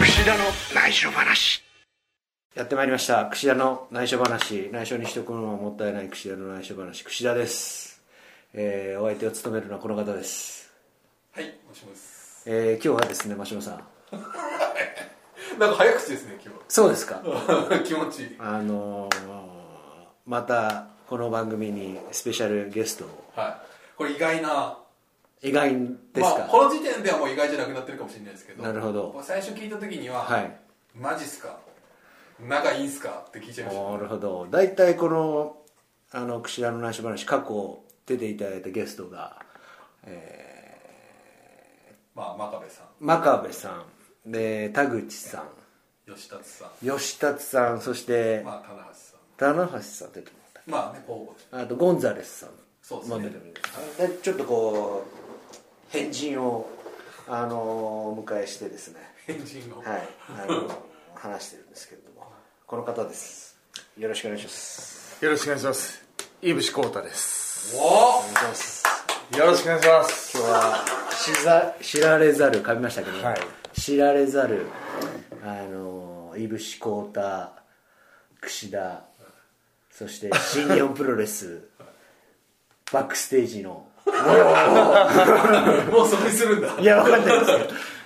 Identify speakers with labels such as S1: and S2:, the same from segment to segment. S1: 串田の内緒話やってまいりました串田の内緒話内緒にしておくのはもったいない串田の内緒話串田です、えーお相手を務めるのはこの方です、
S2: はい、もしもし。
S1: えー今日はですね真島さん
S2: なんか早口ですね、今
S1: そうですか
S2: 日。気持ちいい。
S1: あのーまたこの番組にスペシャルゲストを
S2: はい。これ意外な。
S1: 意外ですか、
S2: まあ、この時点ではもう意外じゃなくなってるかもしれないですけど。
S1: なるほど
S2: これ最初聞いた時には、
S1: はい
S2: マジっすか仲いいんすかって聞いちゃいました。
S1: なるほど大体この「あの串田の内緒話」過去出ていただいたゲストが、え
S2: まあ、真壁さ
S1: ー、真壁さんで田口さん
S2: ん、吉達さん、
S1: 吉達さんそして
S2: まあ、棚橋さん。
S1: 棚橋さん出てもらっ
S2: まあね、交互で。
S1: たあとゴンザレスさん
S2: そうですね
S1: も出てもらったでちょっとこう変人をあのお迎えしてですね
S2: 変人の。
S1: はいあの話してるんですけれどもこの方ですよろしくお願いします
S3: よろしくお願いします。いぶしこうたです。
S2: お
S1: お願いします
S3: よろしくお願いします。
S1: 今日は知ざ知られざる噛みましたけど、
S3: はい
S1: 知られざるあのいぶしこうた櫛田そして新日本プロレスバックステージの
S2: おもうそれにするんだ。
S1: いやわかんないです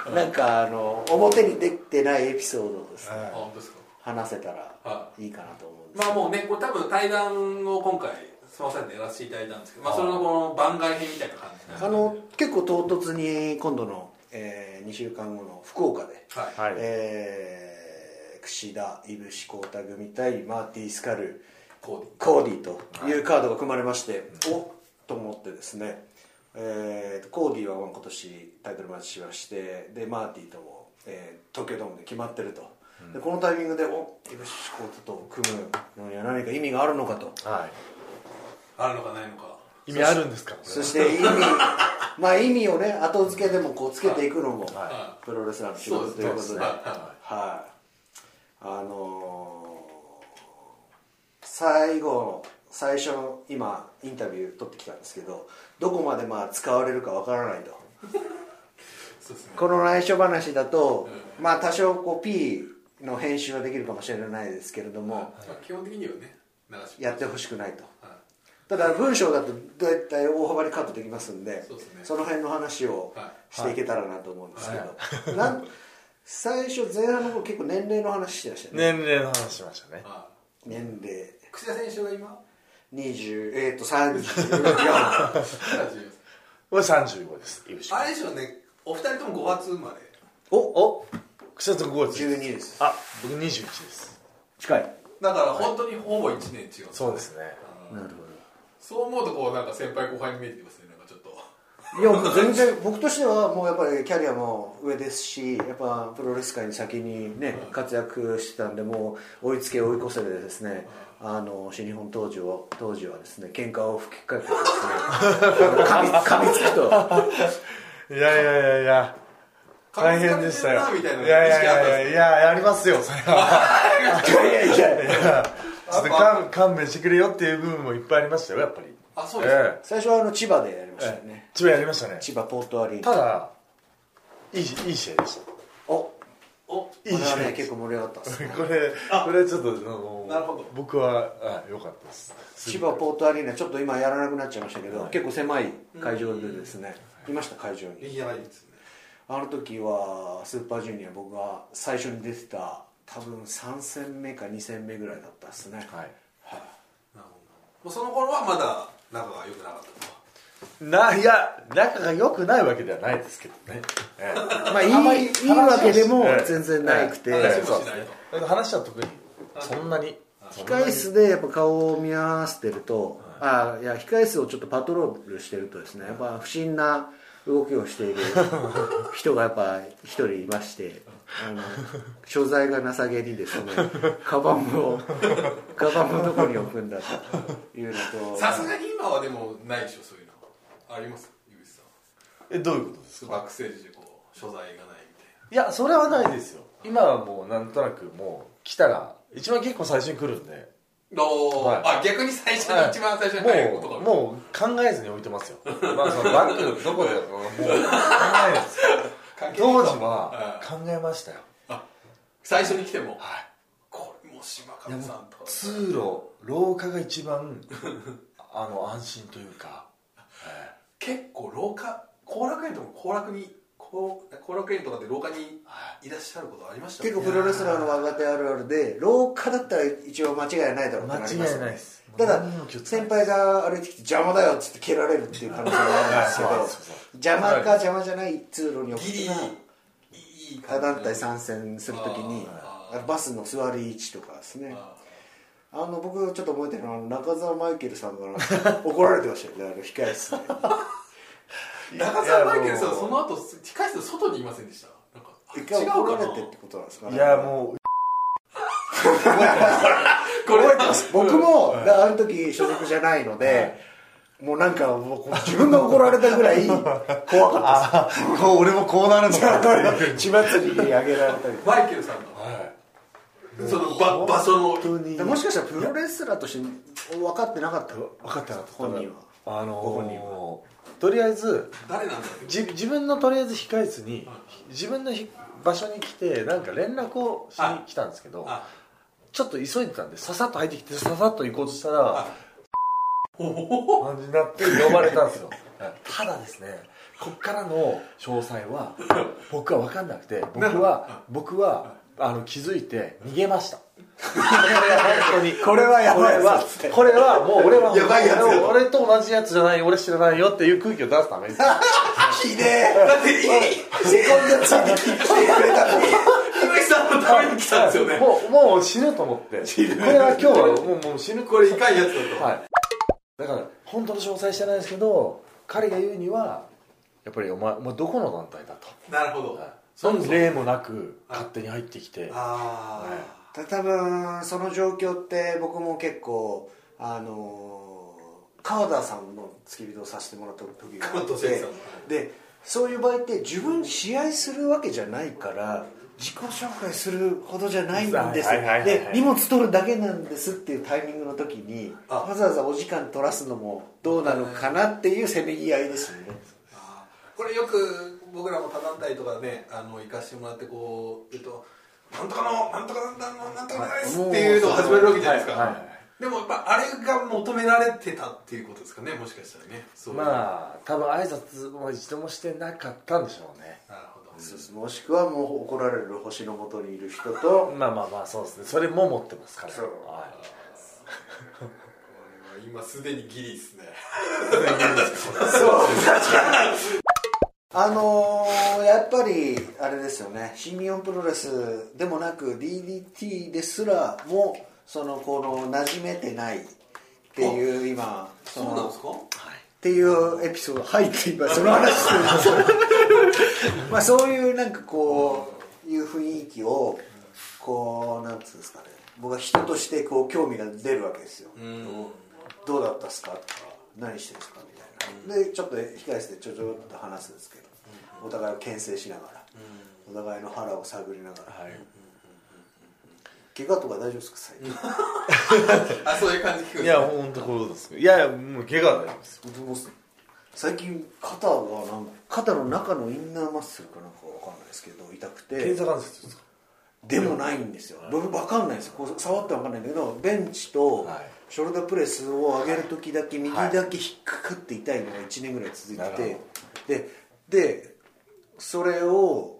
S1: けどなんかあの表に出てないエピソードをですね
S2: あ、本当ですか。
S1: 話せたら
S2: はい
S1: いかなと思うんです
S2: まあもうね、これ多分対談を今回、すみませんでやらせていただいたんですけど、まあそれのこの番外編みたいな感じなんで
S1: あの結構唐突に今度の、え2週間後の福岡で
S2: はい。
S3: はい。
S1: えー、櫛田、井伏幸太組対マーティー・スカル、
S2: コーディ。
S1: コーディというカードが組まれまして、おっと思ってですね、えーとコーディはまあ今年タイトルマッチしまして、でマーティーとも、えー東京ドームで決まってると。でこのタイミングでお井伏幸太と組むのには何か意味があるのかと
S3: は
S2: あるのかないのか。
S3: い。意味あるんですかこれ
S1: そして意味まあ意味をね後付けでもこうつけていくのも、
S2: は
S1: プロレスラーの仕事
S2: そ
S1: と
S2: うです
S1: い
S2: ね
S1: うことで
S2: はい
S1: はいあのー最後の最初の今インタビュー取ってきたんですけどどこまでまあ使われるかわからないと
S2: そうですね。
S1: この内緒話だと、まあ多少こう P の編集はできるかもしれないですけれども、
S2: まあ基本的にはね、流しっぱ
S1: や
S2: な
S1: っ
S2: して
S1: ほしくないと
S2: は
S1: ただ文章だと大体大幅にカットできますんで
S2: そうですね
S1: の辺の話を
S2: は
S1: していけたらなと思うんですけど、なん最初前半の頃結構年齢の話してましたよね
S3: 年齢の話しましたね
S2: い。。は
S1: 年齢
S2: い。串田選手が今、
S1: 20えっ、と34
S3: これ35です。いぶしこ
S2: あれでしょうね、お二人とも5月生まれ。
S1: おお
S3: くさと5月。
S1: 12です
S3: あ、僕21です。
S1: 近い
S2: だから本当にほぼ1年違う。
S3: そうですね。
S1: なる
S2: そう思うとこう、なんか先輩後輩に見えてきますね、なんかちょっと。
S1: ほどいや全然僕としてはもうやっぱりキャリアも上ですしやっぱプロレス界に先にね活躍してたんでもう追いつけ追い越せでですねあの新日本当時は当時はですね喧嘩を吹きかけてですね噛み噛みつくと。
S3: いやいやいやいや。大変でしたよ。
S2: 噛みつかれてるなみ
S3: い
S2: たいな
S3: やい
S2: 意識あったん
S3: やいや
S2: です
S3: いや、やりますよ、それは。
S1: いやいやいや
S3: ちょっと勘勘弁してくれよっていう部分もいっぱいありましたよ、やっぱり。
S2: あ、そうですね。
S1: 最初はあの千葉でやりま
S3: え
S1: したよ
S3: え。え
S1: ね
S3: え。ちょっとやりましたね。
S1: 千葉ポートアリー
S3: た
S1: ナ
S3: だ、いい、いい試合でした。
S1: おこ
S2: お、
S1: れ
S3: いい試
S1: は
S3: 合
S1: ね
S3: で
S1: 結構盛り上がったっすね
S3: これこれちょっとあの
S2: なるほど
S3: 僕はあ良かったです
S1: 千葉ポートアリーナちょっと今やらなくなっちゃいましたけど結構狭い会場でですねいました会場
S2: い
S1: に
S2: いじゃないですね。
S1: あの時はスーパージュニア僕が最初に出てた多分3戦目か2戦目ぐらいだったっすね
S3: は
S2: な
S3: い
S2: るほど。もうその頃はまだ仲が良くなかったとか。
S3: ないや仲が良くないわけではないですけどね、 ええ
S1: まあいいいいわけでも
S3: ええ
S1: 全然なくて
S3: ええ
S2: 話
S3: ええ
S2: も
S3: そう
S2: し
S3: で
S2: ないと
S3: すね話は特にそんなにそんな
S1: 控
S3: に
S1: え室でやっぱ顔を見合わせてると、あいや控え室をちょっとパトロールしてるとですねやっぱ不審な動きをしている人がやっぱ一人いましてあの所在がなさげにですねカバンをカバンをどこに置くんだというのと
S2: さすがに今はでもないでしょ、そういうの。あります井口さん。
S3: えどういうことです
S2: バックステージでこう、所在がないみたいな。
S3: いやそれはないですよ今はもうなんとなくもう来たら一番結構最初に来るんで
S2: おー
S3: は
S2: あ逆に最初
S3: はい
S2: に一番最初に入ること
S3: も
S2: が
S3: うもう考えずに置いてま すよまあそのバッグどこでやるのもう考え ないです
S2: 関係ない
S3: 当
S2: と
S3: 時は
S2: うん
S3: 考えましたよ
S2: 最初に来ても
S3: はい
S2: これもう島
S3: いや
S2: 上
S3: も
S2: さん
S3: う
S2: とか
S3: 通路廊下が一番 あの安心というか、え
S2: 結構廊下後楽園とか後楽に後後楽園とかで廊下に
S3: ーはい
S2: いらっしゃることありました
S1: 結構プロレスラーの若手あるあるで廊下だったら一応間違いないだろうってなりますよね
S3: す
S1: ただ
S3: 何を気をつけ
S1: 先輩が歩いてきて邪魔だよっつって蹴られるっていう可能性
S3: は
S1: が
S3: い
S1: あ
S3: そう
S1: るん
S3: そう
S1: です
S3: そう
S1: けど邪魔か邪魔じゃない通路に置
S2: ギリ
S1: くか
S2: いいいい
S1: 他団体
S2: ん
S1: 参戦するときに
S2: あー
S1: あのバスの座る位置とかですねあの僕ちょっと覚えてるのは中澤マイケルさんが怒られてましたよねあの控え室で
S2: 中澤マイケルさんその後控室の外にいませんでしたなんかあ
S1: 一回
S2: 違うかな
S1: 怒られてってことなんですかね
S3: いやもう
S2: これ
S1: 僕もだからあの時所属じゃないので、もうなんかもうこう自分が怒られたぐらい怖かっ
S3: あこう俺もこうなるのかっていう
S1: たです血祭りにあげられたり
S2: マイケルさんの
S3: はい
S2: その場場所の
S3: 本当に
S1: でもしかしたらプロレスラーとして分かってなかった分
S3: 分かってなかった
S1: 本人は
S3: あのー
S1: ご本人
S3: とりあえず
S2: 誰なんだっけ
S3: じ自分のとりあえず控え室に自分のひ場所に来てなんか連絡をしに来たんですけど
S2: あ
S3: ちょっと急いでたんでささっと入ってきてささっと行こうとしたら 感じになって呼ばれたんで すよはいただですねこっからの詳細 は僕は分かんなくて僕は僕はあの気づいて逃げました本当に
S1: これはやばい
S3: これは
S1: やつだよ
S3: これはもう俺は
S2: やばいやつだよ
S3: 俺と同じやつじゃない俺知らないよっていう空気を出すた めに
S1: ひでえ
S2: だっていい
S1: セコンドついてきてくれたのに
S2: 岩井さんのために来たんですよね
S3: もうもう死ぬと思ってこれは今日はもうもう死ぬ
S2: これいかんやつだと
S3: はい、だから本当の詳細してないですけど彼が言うにはやっぱりお前お前どこの団体だと、
S2: なるほど
S3: そ
S2: そ
S3: の
S2: もそも
S3: 例もなく勝手に入ってきて
S2: ああ
S1: た多分その状況って僕も結構あのー川田さんの付き人をさせてもらった時があ
S2: 川田
S1: っ
S2: 先生
S1: て
S2: の
S1: でそういう場合って自分試合するわけじゃないから自己紹介するほどじゃないんです
S3: はいはいはいはい
S1: で荷物取るだけなんですっていうタイミングの時に
S2: あ
S1: わざわざお時間取らすのもどうなのかなっていうせめぎ合いですよね
S2: あーこれよく僕らも他団体とかねあの行かしてもらってこう言うと「なんとかのなんとかなんのなんとかです」っていうのを始めるわけじゃないですか、
S3: はいはいはい
S2: でもやっぱあれが求められてたっていうことですかねもしかしたらねそうあ
S3: まあ多分挨拶も一度もしてなかったんでしょうね
S2: なるほど
S1: そうですもしくはもう怒られる星のもとにいる人と
S3: まあまあまあそうですねそれも持ってますから
S1: そう
S3: は
S2: これは今すでにギリですね
S1: あのーやっぱりあれですよね新日本プロレスでもなく DDT ですらもそのこの馴染めてないっていう今そ
S2: そ
S1: うの
S2: なんですか
S1: っていうエピソード入って今その話してるんですまあそういうなんかこういう雰囲気をこうなんつうんですかね僕は人としてこう興味が出るわけですよ
S2: うん
S1: どうだったっすかとか何してるんですかみたいなでちょっと控え室でちょちょっと話すんですけどお互いを牽制しながらお互いの腹を探りながら
S3: い、はい、
S1: 怪我とか大丈夫ですか最近
S2: あそういう感じ聞くん
S3: い
S2: です
S3: や
S2: ね
S3: 本当こうですいやもう怪我だよ
S1: どうすんの最近肩がなんか肩の中のインナーマッスルかなんかわかんないですけど痛くて
S3: 検査関節ですか
S1: でもないんですよ、僕分かんないんですよこう触って分かんないんだけどベンチと
S3: はい
S1: ショルダープレスを上げる時だけ右だけ引っかかって痛いのが1年ぐらい続い
S3: なる
S1: て
S3: ほ
S1: て、ででそれを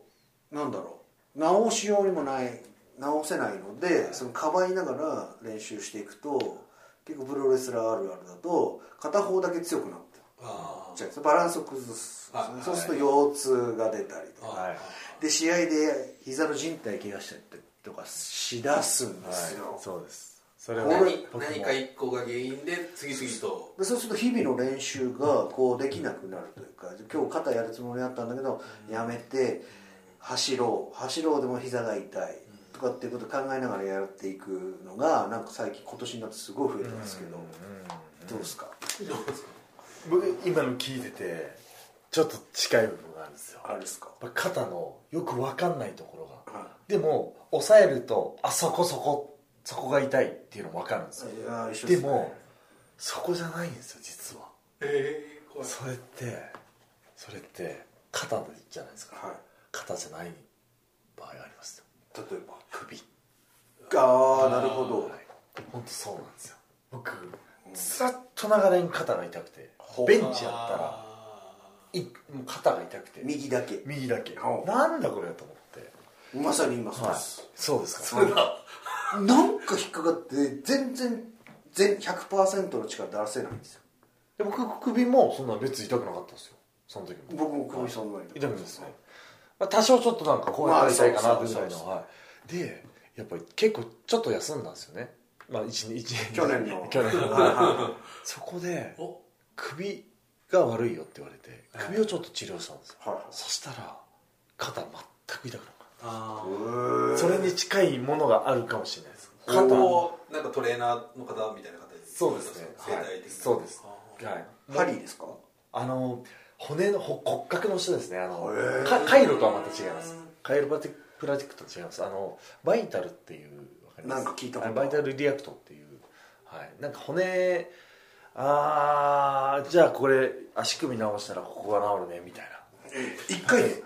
S1: なんだろう直しようにもない直せないので、そのかばいながら練習していくと結構プロレスラーあるあるだと片方だけ強くなって
S2: あ
S1: じゃあバランスを崩す、
S2: はい
S1: そうすると腰痛が出たりとか
S2: ー
S3: はい
S1: で試合で膝の靭帯怪我したりとかしだすんですよ、
S3: そうですそれは
S2: 何
S3: 僕も
S2: 何か一個が原因で次々と
S1: でそうすると日々の練習がこうできなくなるというか今日肩やるつもりだったんだけどやめて走ろう走ろうでも膝が痛いとかっていうことを考えながらやっていくのがなんか最近今年になってすごい増えてますけどどうですか
S2: どうですか
S3: 僕今の聞いててちょっと近い部分があるんですよ
S1: あれですか
S3: やっぱ肩のよく分かんないところが
S1: は
S3: でも抑えるとあそこそこそこが痛いっていうのも分かるんですよ
S2: いやー一緒
S3: です
S2: ね
S3: もそこじゃないんですよ実は
S2: ええ怖い
S3: それってそれって肩じゃないですか、
S2: はい
S3: 肩じゃない場合がありますよ
S2: 例えば
S3: 首
S2: ああなるほど
S3: はい本当そうなんですよ僕ずっと長年肩が痛くて
S1: ほう
S3: ベンチやったらいもう肩が痛くて
S1: 右だけ
S3: 右だけ
S2: ほう
S3: なんだこれと思って
S1: まさに今そう
S3: はい
S1: です、
S3: そうですか
S1: なんか引っかかって全然全100%の力出せないんですよ
S3: で僕首もそんな別に痛くなかったんですよその時も
S1: 僕も首そんなに
S3: 痛くないですね、まあ、多少ちょっとなんかこうやったら痛いかなってぐらい
S1: まあそうそうそう
S3: の、はい、でやっぱり結構ちょっと休んだんですよねまあ一年一年
S1: 去年の
S3: 去年のそこで
S2: お
S3: 首が悪いよって言われて首をちょっと治療したんですよ、
S1: はいはい
S3: そしたら肩全く痛くなかっ
S2: あ
S1: う
S2: ー
S3: た
S1: ーん
S3: それに近いものがあるかもしれないです肩
S2: 肩をなんかトレーナーの方みたいな方です
S3: そうですね
S2: 生態
S3: は
S2: 的
S3: い
S2: な
S3: そうです
S2: あー
S3: はい
S1: 針ですか
S3: あの骨のほ骨格の人ですねあの
S1: へー
S3: かカイロとはまた違いますカイロプラティプラティックと違いますあのバイタルっていうわかります
S1: なんか聞いたことあ
S3: あ
S1: る
S3: バイタルリアクトっていうはいなんか骨あーじゃあこれ足首直したらここが治るねみたいな
S1: 一回で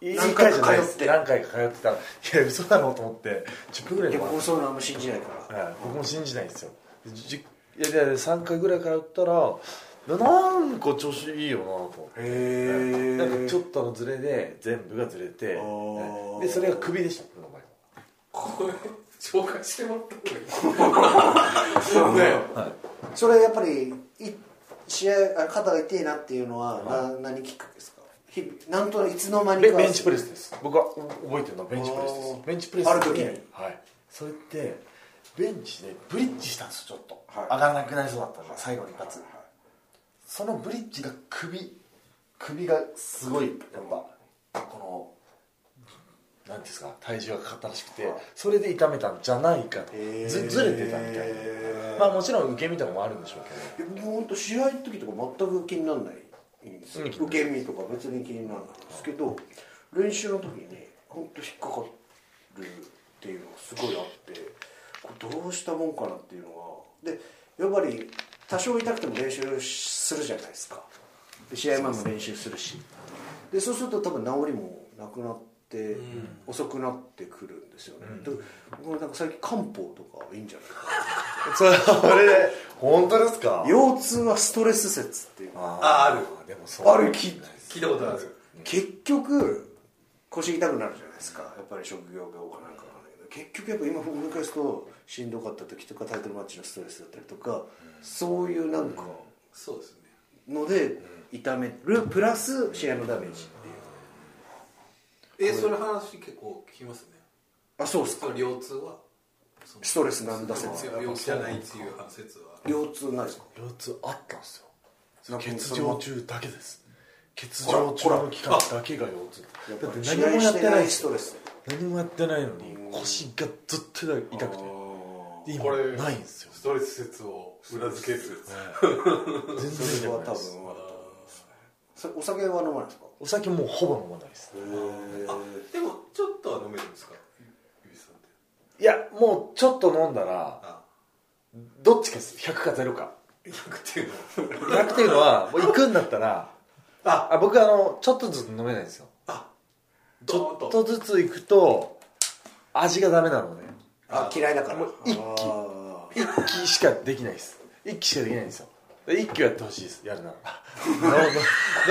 S3: い
S1: 何
S3: 何
S1: 回
S3: 回
S1: か
S3: か
S1: 通って
S3: 通って何回か通ってたらいや嘘だろうと思って10分ぐらい
S1: い
S3: で
S1: や
S3: 回っ
S1: 僕
S3: て
S1: もそういうのあんま信じないから
S3: はい、僕も信じないんですよでじいやいや3回ぐらい通ったらななんか調子いいよなと思っ
S1: へ
S3: て
S1: え
S3: なんかちょっとのズレで全部がずれて
S1: あー
S3: ねでそれが首でしたこの前
S2: これ紹介してもらったのにね
S1: それやっぱりい試合あ肩が痛いなっていうのは、な何きっかけですか日々なんといつの間に
S3: ベ
S1: か
S3: ベンチプレスです僕はお覚えてるのはベンチプレ
S1: あ
S3: スです
S1: ー
S3: ベンチプレスで
S1: ある時に
S3: はいそれってベンチでブリッジしたんですよちょっと、
S1: はい
S3: 上がらなくなりそうだったのが最後に一発、そのブリッジが首首がすごいやっぱこのなんていうんですか体重がかかったらしくて、それで痛めたんじゃないかと
S1: へー
S3: ずずれてたみたいなまあもちろん受け身とかもあるんでしょうけど
S1: いや僕本当試合の時とか全く気にならないんですよ
S3: うん
S1: 受け身とか別に気にならないんですけど練習の時に本当引っかかるっていうのがすごいあってこれどうしたもんかなっていうのがでやっぱり多少痛くても練習するじゃないですかで試合前も練習するしでそうすると多分治りもなくなって、遅くなってくるんですよね、で僕なんか最近漢方とかいいんじゃないかな
S3: それ本当ですか
S1: 腰痛はストレス説っていう
S2: あー
S3: あるでもそう
S1: あれ聞い
S2: 聞いたことある
S1: 結局腰痛くなるじゃないですかやっぱり職業病かなんかわかんないけど結局やっぱ今思い返すとしんどかった時とかタイトルマッチのストレスだったりとか、そういうなんか
S2: そうですね
S1: ので痛めるプラス試合のダメージっていう、
S2: えそれ話結構聞きますね
S1: あそうっすか
S2: その腰痛はその
S1: ストレスなんだ説
S2: そう病気じゃないっていう話説は
S1: 腰痛ないですか
S3: 腰痛あったんです
S1: な
S3: よ
S1: んか
S3: 欠場中だけです欠場中の期間だけが腰
S1: やっ
S3: 痛だっ
S1: ぱ
S3: て
S1: り
S3: 何もやってない
S1: ストレス
S3: 何もやってないのに腰がずっと痛くてで
S2: これ
S3: 今ないんですよ
S2: ストレス説を裏付ける
S3: 全然
S1: そ
S3: 痛
S1: れは
S3: くな
S1: 多
S3: いです
S1: 分あると思いますねそれお酒は飲まないですか
S3: お酒もうほぼ飲まないです
S2: でもちょっとは飲めるんですかゆびさんって
S3: いやもうちょっと飲んだら
S2: あ
S3: どっちかです100か0か
S2: 100っていうの
S3: 100っていうのはもう行くんだったら
S2: あ
S3: あ僕あのちょっとずつ飲めないんですよち
S2: ドー
S3: ょ
S2: ン
S3: っ
S2: と
S3: とずつ行くと味がダメなので
S1: あ嫌いだから
S3: もう一気
S1: あ
S3: 一気しかできないです一気しかできないんですよで一気をやってほしいですやるなら飲む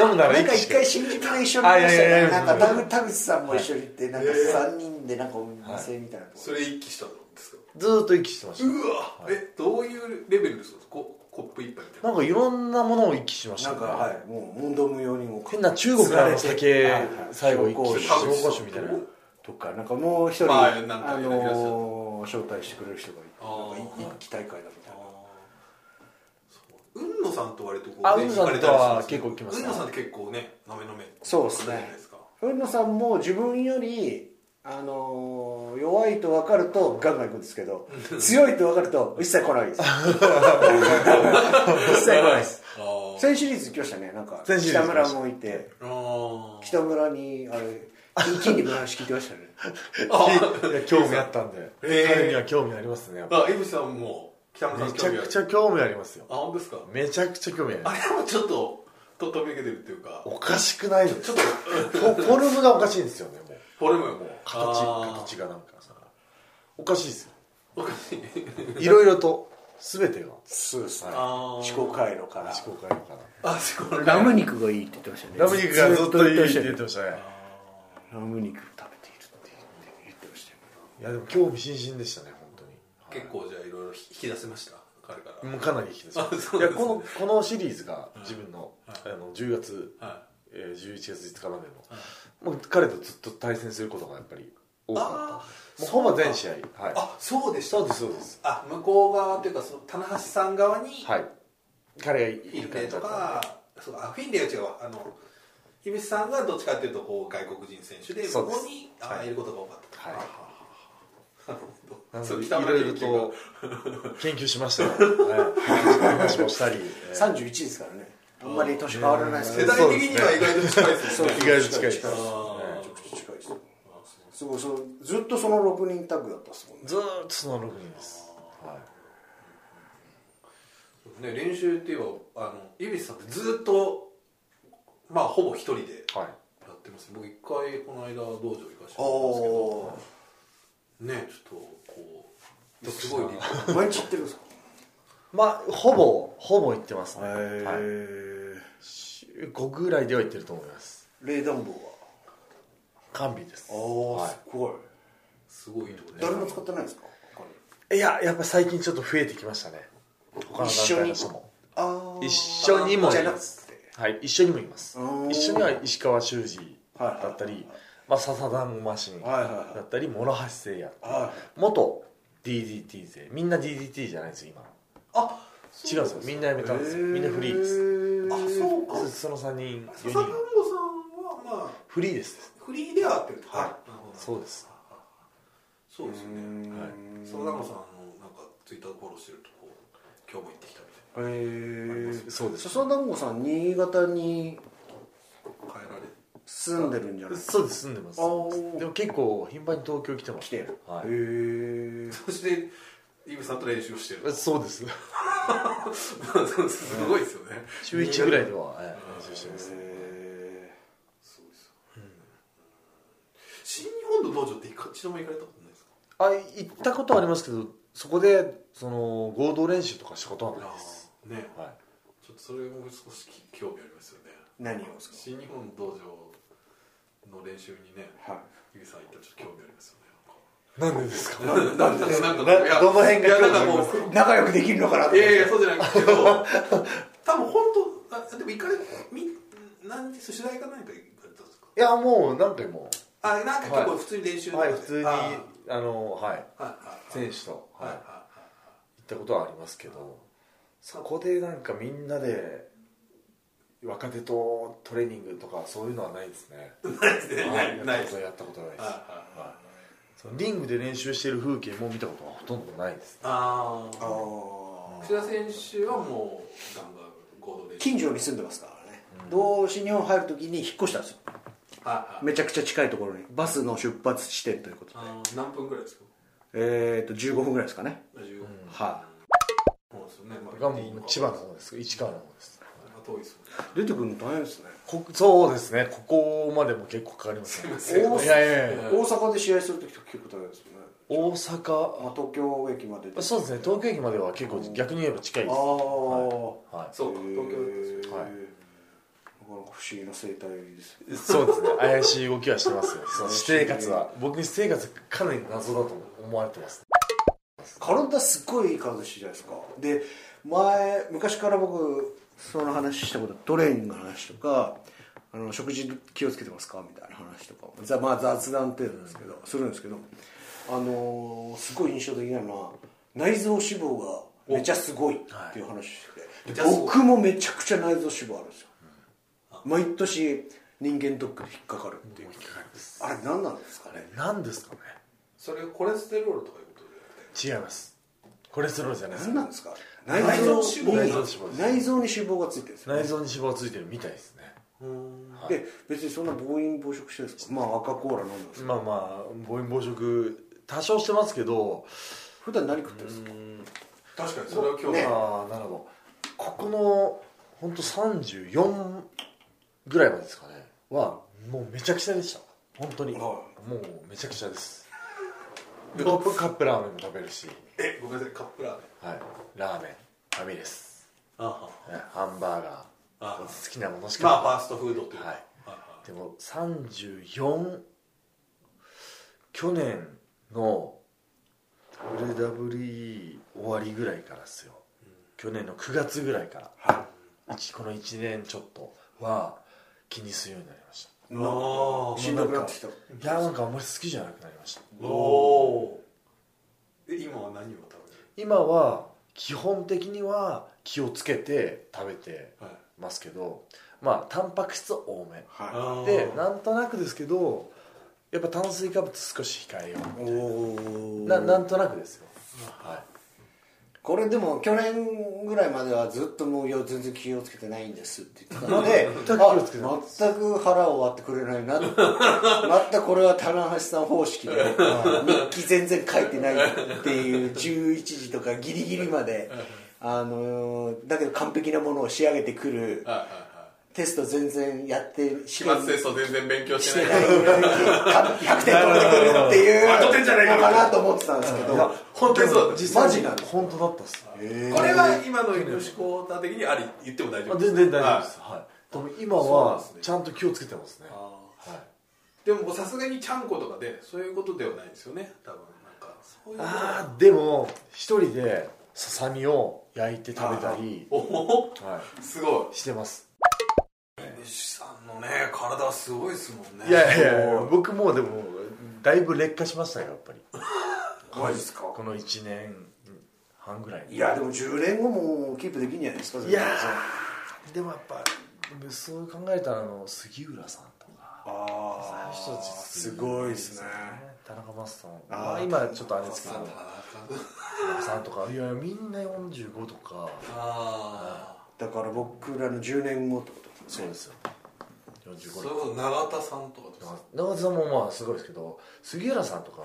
S3: 飲むな
S1: ー
S3: ら
S1: なん
S3: 一
S1: か
S3: 気し
S1: 一
S3: か
S1: 回新宿で一緒に行きましたよ
S3: あいやいやい
S1: ねな
S3: や
S1: んか田口田口さんも一緒に行ってなんか
S2: はい
S1: 三人でなんかお店みたいなとこ
S2: それ一気したんですか
S3: ずーっと一気してまし
S2: うわえどういうレベルですかこコップ一杯みたい
S3: た
S2: な
S3: なんかいろんなものを一気しました
S1: な
S3: ね
S1: んかはいもう問答無用にもう
S3: 変な中国からの
S1: 釣
S3: 酒
S1: られて
S3: 最後一気
S2: 紹興酒
S3: 紹興酒みたいな
S1: とかなんかもう一人
S2: まあ
S1: あ
S2: なんかいろいろいらっしゃる
S1: のー招待してくれる人がいて
S2: あー
S1: なんか一気大会だみたいな
S2: そう海野さんと割とこ
S3: あ
S2: ね
S3: 海野さんとは
S2: 行かれたりし
S3: 結構行きますね
S2: 海野さんって結構ねなめなめ
S1: そうです
S2: じゃな
S1: ね
S2: いですか
S1: 古野さんも自分よりあのー弱いと分かるとガンガン行くんですけど強いと分かると一切来 ないです一切来ないです
S2: あー
S1: 先シリーズ行きましたねなんか
S3: 先シリーズ
S1: 北村もいて
S2: あー
S1: 北村にあれ筋肉の話聞いてましたね
S3: いや 興味あったんで、
S2: えー
S3: 彼には興味ありますねやっぱ
S2: あ井口さんも北村さん
S3: めちゃくち
S2: ゃ
S3: ゃ興味ありますよ
S2: あ本当ですか
S3: めちゃくちゃ興味あり
S2: あ
S3: ます
S2: れもちょっとととびけてるっていうか
S3: おかしくないです
S2: ちょっと
S3: フォフォルムがおかしいんですよねもう
S2: フォルムもう
S3: 形形がなんかさおかしいですよ
S2: おかしい
S3: いろいろと全てが
S1: そうですね
S2: あー
S1: 思考回路から
S3: 思考回路から
S2: あすごい
S1: ラム肉がいいって言ってましたね
S3: ラム肉がずっといいって言
S1: 言
S3: ってましたね
S1: ラム肉食べているって言ってましたよ
S3: いやでも興味津々でしたね本当に
S2: 結構じゃあいろいろ引き出せました彼から、
S3: もうかなり引き出しま
S2: あそうです
S3: した
S2: ね
S3: いやこのこのシリーズが自分の,、あの10月、
S2: は
S3: えー11月5日までの、もう彼とずっと対戦することがやっぱり多かったもうほぼ全試合はい
S2: あそうでした
S3: そうですそうです
S2: あ向こう側というかその棚橋さん側に
S3: はい彼がい
S2: イ
S3: る
S2: ンレ
S3: 感
S2: イ
S3: じだ
S2: と
S3: ったんで
S2: かそうあフィンレイは違うわあの樋口さんがどっちかっていうとこう外国人選手でそ
S3: そ
S2: う
S3: です
S2: こにあ、
S3: はい
S2: い、ることが多かったと
S3: はい
S2: なるほ
S3: な
S2: ど
S3: の
S2: そう
S3: でい
S2: 北村
S3: ろいろ
S2: 研究が
S3: と研究しましたよ、はい、話もしたり、えー
S1: 31ですからねあんまり年変わらないです
S2: 世
S1: け
S3: うん
S1: ど
S2: 代的には意外と近いですよね
S3: 意外と近いです
S1: 近い
S2: あー
S1: 近いですすごいそうずっとその6人タッグだったっすもんね
S3: ずーっとその6人です、は
S2: ね、 練習っていうばあの井口さんってずっとまあほぼ一人で
S3: いはい、
S2: やってます僕一回この間道場行かし
S1: あ
S2: てもらったんですけ
S1: あ
S2: どねちょっとこうすごい立派
S1: 毎日行ってるんですか
S3: まあほぼほぼ行ってますね、はい、
S1: へ
S3: 週5ぐらいでは行ってると思います
S1: え冷暖房は
S3: 完備です
S1: ああ
S3: は
S1: すごい
S2: すごいとこで
S1: 誰も使ってないんですか他に
S3: い、いややっぱ最近ちょっと増えてきましたね他の団体の人も
S1: ああ
S3: 一緒にも
S1: じ
S3: い
S1: ゃなく
S3: ま
S1: て
S3: すはい一緒にもいます
S1: うん
S3: 一緒には石川修司だったり、
S1: はいはい
S3: まあ、笹団子マシン
S1: はいはいはい
S3: だったり諸橋誠也
S1: は
S3: 元 DDT 勢みんな DDT じゃないんですよ今
S2: あ
S3: 違うんですよみんな辞めたんですよみんなフリーです
S1: す
S2: あそうか
S3: そその3人
S2: 笹田団子
S3: 4人
S2: さんはまあ
S3: フリーです
S2: フリーでは合ってると
S3: はい
S2: なるほど
S3: そうです
S2: そうですよね
S3: はい
S2: 笹田団子さんあのなんかツイッターフォローしてるとこう今日も行ってきたみ
S1: へえ
S3: そうです
S1: 笹団子さん新潟に
S2: たいな変えられ
S1: 住んでるんじゃないですか
S3: そうです住んでます
S1: あー
S3: でも結構頻繁に東京来てます
S1: 来てる、
S3: は
S1: へえ
S2: そして井口さんと練習をしてる
S3: い、そう です
S2: すごいですよ ね
S3: 週1ぐらいでは、ええ練習してます
S1: へ
S2: すごいですよ新日本の道場って一度も行かれたことないですか
S3: あ行ったことはありますけどそこでその合同練習とかしたことはないです、
S2: ね
S3: はい、
S2: ちょっとそれも少し興味ありますよね
S1: ー何をです
S2: 新日本道場の練習にね
S1: かは
S2: 井口さん行ったらちょっと興味ありますよね
S3: なんでですか
S2: なんかなん
S3: などの辺が
S2: いやなん
S3: 興味あ
S2: か
S3: り
S2: も
S3: ます
S2: う
S1: い仲良くできるのかなと
S2: い
S1: 思っ
S2: やいや
S1: て
S2: そうじゃないけど多分本当あでも行かれみなんで取材か何か行かれたんですか
S3: いやもう何回も
S2: あなんか結構普通に練習とか
S3: は
S2: で
S3: い普通に
S2: あ
S3: あのはい
S2: はいはい
S3: 選手と、はい
S2: はい
S3: 行ったことはありますけどそこでなんかみんなで若手とトレーニングとかそういうのはないですね
S2: はいはい
S3: は
S2: ないない
S3: や
S2: で
S3: ったこ
S2: す
S3: とやったことないです、
S2: はいはい
S3: はい、そのリングで練習してる風景も見たことはほとんどないです
S2: あ
S1: あ
S2: あ
S1: ー
S2: 串田選手はもうガンガン合同練習
S1: 近所に住んでますからね、どう新日本入るときに引っ越したんですよ
S2: はいはい
S1: めちゃくちゃ近いところにバスの出発地点ということで
S2: あー何分ぐらいですか
S1: えっ、と15分ぐらいですかね
S2: 15分
S1: は
S2: そうですよねまあ
S3: がもう千葉の方です市川の方です
S2: まあ遠いですもんね
S1: い出てくるの大変ですね
S3: こそうですねここまでも結構かかりますね
S2: すいません
S3: いやいやいや
S1: 大阪で試合するときとか結構大変ですよね、
S3: 大
S1: まあ
S3: 阪、
S1: 東京駅までで
S3: そうですね東京駅までは結構逆に言えば近い
S1: あ
S3: で
S1: あ、
S3: す
S1: は
S3: は
S2: そうか
S1: へ
S2: 東京で
S1: ー
S2: すよ
S3: はい
S1: なかなか不思議な生態です
S3: い、そうですね怪しい動きはしてますよその私生活は僕に私生活かなり謎だと思われてます
S1: 体すっごいいい体してるじゃないですかで前昔から僕その話したことトレーニングの話とかあの食事気をつけてますかみたいな話とかざまあ雑談程度ですけど、するんですけどあのーすごい印象的なのは内臓脂肪がめちゃすごいっていう話してて、
S2: はい
S1: 僕もめちゃくちゃ内臓脂肪あるんですよ、毎年人間ドックで引っかかるっていうあれ何なんですかね
S3: 何ですかね
S2: それコレステロールとかいうこと
S3: 違いますコレステロールじゃないです
S1: 何なんですか内
S2: 内
S1: 臓
S2: 臓
S1: に
S2: 脂肪
S1: 内臓に脂肪がついてるんですよ
S3: 内臓に脂肪ついてるみたいですね
S1: で別にそんな暴飲暴食してるんですかまあ赤コーラ飲んでます
S3: まあまあ暴飲暴食多少してますけど
S1: 普段何食ってるんですか
S2: 確かにそれは今日
S1: ね
S2: は
S3: ああなるほどここの本当三34ぐらいまでですかねはもうめちゃくちゃでした本当に、
S2: は
S3: もうめちゃくちゃですでカップカップラーメンも食べるし、
S2: えごめんなさいカップラーメン
S3: はい、ラーメンファミレス
S2: あ
S3: はいハンバーガ
S2: あ
S3: ー好きなものしか
S2: まあファーストフードというか
S3: はいでも34去年の WWE 終わりぐらいからですよ、去年の9月ぐらいから、一この1年ちょっとは気にするようになりまし
S2: ああ
S1: しんどくなってきた
S3: たいやなんかあんまり好きじゃなくなりました
S2: おおーで今は何を食
S3: 今は基本的には気をつけて食べて
S2: べるはい
S3: ますけどまあタンパク質多め
S1: は
S2: あー
S3: でなんとなくですけどやっぱ炭水化物少し控えよう
S1: いお
S3: なな
S1: なん
S3: となくですよ、は
S1: これでも去年ぐらいまではずっともういや全然気をつけてないんですって言ってたので
S3: 全く気をつけてない
S1: あ全く腹を割ってくれないなって全くこれは棚橋さん方式で日記全然書いてないっていう11時とかギリギリまであのーだけど完璧なものを仕上げてくる
S2: はいはいは
S1: テスト全然やって
S2: い期
S1: 試
S2: 末テスト全然勉強
S1: し
S2: してて
S1: な
S2: ないい
S1: のに100点取ってくるっていう
S2: あ取ってんじゃねえ
S1: の
S2: か
S1: かなと思ってたんですけ
S3: い、
S1: ど
S3: いや
S2: 本当にそうだった
S3: 実際
S1: マジなんです
S3: 本当だったっす、
S2: これは今の吉子太的にあり言っても大丈
S3: あ
S2: 夫
S3: 全然大丈夫です、はいでも今は
S2: そうなんですね
S3: ちゃんと気をつけてますね
S2: あ
S3: はい
S2: ーでももうさすがにちゃんことかでそういうことではないですよね多分なんかそういうこと
S3: ああでも一人でささみを焼いて食べたり、
S2: おお
S3: は
S2: すご
S3: い、してます
S2: い西さんのね体はすごいですもんね
S3: いやいやいや僕もでもだいぶ劣化しましたよやっぱり
S1: マジですか
S3: この1年半ぐらい
S1: いやでも10年後もキープできんじゃないですか全
S3: い
S1: 然
S3: やーでもやっぱそう考えたらあの杉浦さんとか
S2: ああ
S3: 人たち
S2: すごいですね
S3: 田中マスさん
S1: あ
S3: あ
S1: ー
S3: 今ちょっとあれですけど
S2: あ
S3: 田中さんとかいやみんな45とか
S2: あ
S1: だから僕らの10年後ってこと
S3: そうですよ
S2: ー
S3: 45
S2: そ
S3: と
S2: れ
S3: か
S2: こそ永田さんとかですか
S3: 長田さんもまあすごいですけど杉浦さんとか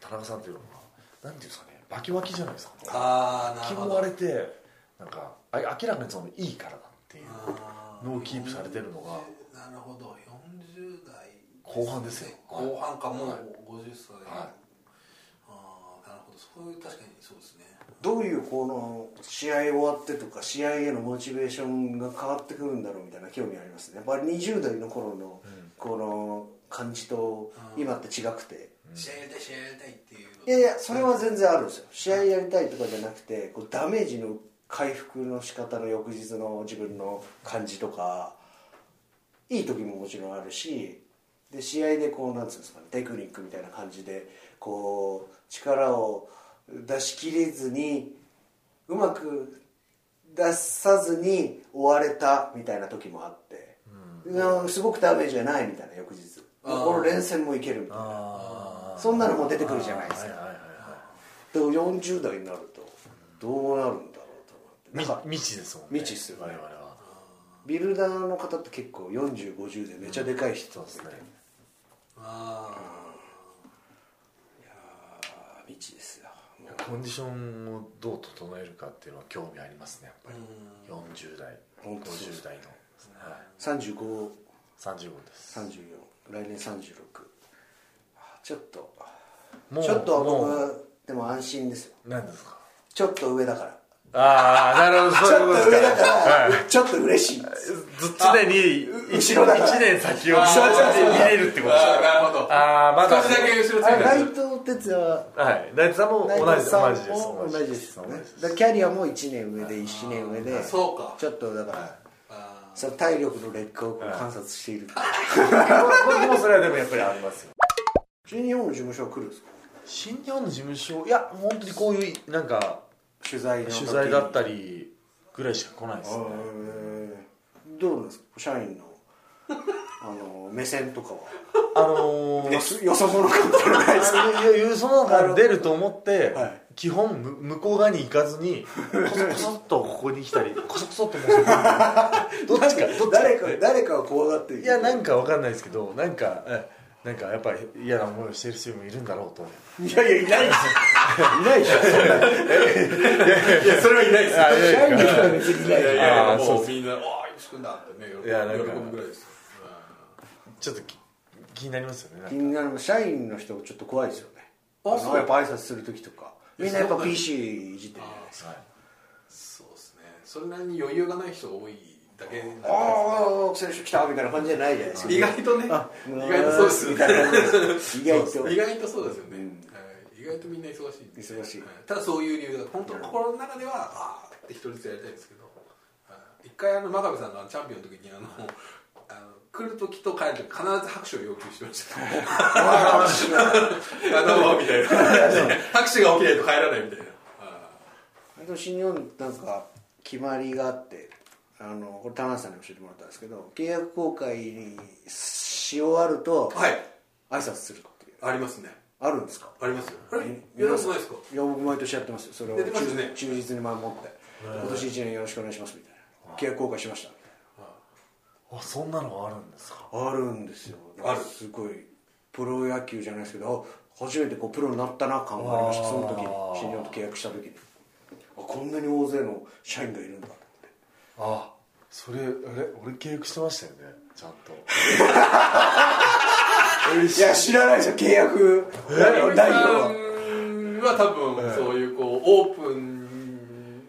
S3: 田中さんっていうのはなんていうんですかねバキバキじゃないですか
S2: ああな
S3: 気
S2: るほ
S3: も
S2: ど
S3: 割れてなんかあ明らかにそのいい体っていう
S2: あー
S3: のをキープされてるのが
S2: なるほど40代
S3: 後半ですよ
S2: 後半かもう
S3: はい
S2: 50歳、
S3: はい
S2: ああなるほどそういう確かにそうですね
S1: どういうこの試合終わってとか試合へのモチベーションが変わってくるんだろうみたいな興味ありますねやっぱり20代の頃のこの感じと
S2: うん
S1: 今って違くて
S2: 試合やりたい試合やりたいっていう
S1: いやいやそれは全然あるんですよ試合やりたいとかじゃなくてこうダメージの回復の仕方の翌日の自分の感じとかいい時ももちろんあるしで試合でこうなんつうんですかねテクニックみたいな感じでこう力を出し切れずにうまく出さずに終われたみたいな時もあって、うんすごくダメージがないみたいな翌日
S2: あー
S1: この連戦もいけるみたいな
S3: あ
S1: そんなのも出てくるじゃないですか
S3: はいはいはいはい
S1: でも40代になるとどうなるんだろうと思ってな
S3: み
S1: んか
S3: 未知ですもんね
S1: 未知っすよね
S3: 我々は
S1: ビルダーの方って結構4050でめちゃでかい人
S3: そうですね
S2: あ
S1: 未知ですよ
S3: コンディションをどう整えるかっていうのは興味ありますねやっぱり
S2: う
S3: 40代
S1: 本当そう
S3: 50代の、はい、
S1: 3534
S3: 35です
S1: 来年36あちょっと
S3: もう
S1: ちょっと僕
S3: も
S1: はでも安心ですよ
S3: 何ですか
S1: ちょっと上だから
S3: ああなるほど
S1: ちょ
S3: そういう
S1: っ
S3: こと
S1: と上
S3: です
S1: だ
S3: か
S1: からちょっと嬉しい
S3: ず常に
S1: 後ろだから
S3: 1年先を
S2: あー
S3: そうそうそう見れるって
S2: ー
S3: ことです
S2: あー
S3: か
S2: なるほど
S3: あーまだ
S2: 少しだけ後ろついてる
S1: あれ内藤哲也は
S3: はい大地さんも同
S1: 内藤
S3: じです
S1: さん
S3: 同じです
S1: も同じですよね
S3: 同じ
S1: だからキャリアも1年上で1年上で
S2: そうか
S1: ちょっとだから
S2: あ
S1: その体力の劣化をこう観察している
S3: 僕もそれはでもやっぱりありますよ
S1: 新日本の事務所は来るんですか
S3: 新日本の事務所いや本当にこういうなんか
S1: 取材の時
S3: 取材だったりぐらいしか来ないですね
S1: えーどうなんですか社員のあの目線とかは
S3: あのー
S1: よそよそ者かもしれないです
S3: あのいやそのが出ると思って、
S1: はい
S3: 基本む向こう側に行かずにこそこそっとここに来た りこそこそっとここに来たりどっちかどっち
S1: 誰か誰かが怖がってる
S3: いやなんかわかんないですけどなんかえなんかやっぱり嫌な思いをしてる人もいるんだろうと思う
S1: いやいやいないですよいないでしょそんなの
S2: いやそれはいないです
S3: あいやい
S1: 社員の
S3: や
S1: 人は別にい
S2: い
S1: な
S2: や
S1: い
S2: いやい
S3: あ
S2: や
S3: ーそう
S2: も
S3: で
S2: うみんな「わあよし君だ」ってね喜ぶ
S3: いやなんか
S2: 喜ぶぐらいですよ
S3: ちょっとき気になりますよねなん
S1: 気
S3: か
S1: になるの社員の人ちょっと怖いですよね
S2: あ
S1: あ
S2: そう
S1: のやっぱ挨拶する時とかみんなやっぱ
S2: そうなんだ
S1: PC いじってるじゃないですか
S3: はい
S2: そうですねそれなりに余裕がない人が多いだけなんですね
S1: ああ選手来たみたいな感じじゃないじゃないですか
S2: 意外とね意
S1: あ
S2: 外とそうですよ
S1: みたいな
S2: ね
S1: 感じです意外と
S2: 意外とそうですよね、
S1: うん
S2: はい意外とみんな忙しいんで
S1: 忙しい
S2: はただそういう理由が本当の心の中ではああって一人ずつやりたいんですけどはい一回あの真壁さんのあのチャンピオンの時にあのあの来る時と帰る時必ず拍手を要求してました
S1: あー
S2: あどうもみたいな拍手が起きないと帰らないみたいなあ
S1: 割と新日本なんか決まりがあってあのこれ田中さんに教えてもらったんですけど契約更改にし終わると
S2: ーはい
S1: 挨拶するっていう
S2: ありますね
S1: あるんですか
S2: ありますよあれ
S1: え
S2: やらせないですか
S1: いや僕毎年やってますよそれを
S2: やってますよね
S1: 忠実に守って今年一年よろしくお願いしますみたいな契約更改しましたみたい
S3: あそんなのあるんですか
S1: なあるんですよ
S2: ある
S1: すごいプロ野球じゃないですけどあ初めてこうプロになったな感がありましたその時
S3: あー
S1: に新日本と契約した時にあこんなに大勢の社員がいるんだと思って
S3: あそれあれ俺契約してましたよねちゃんと
S1: いや知らないですよ契約
S2: 成美さ
S1: 内容は
S2: んは多分そういうこうオープン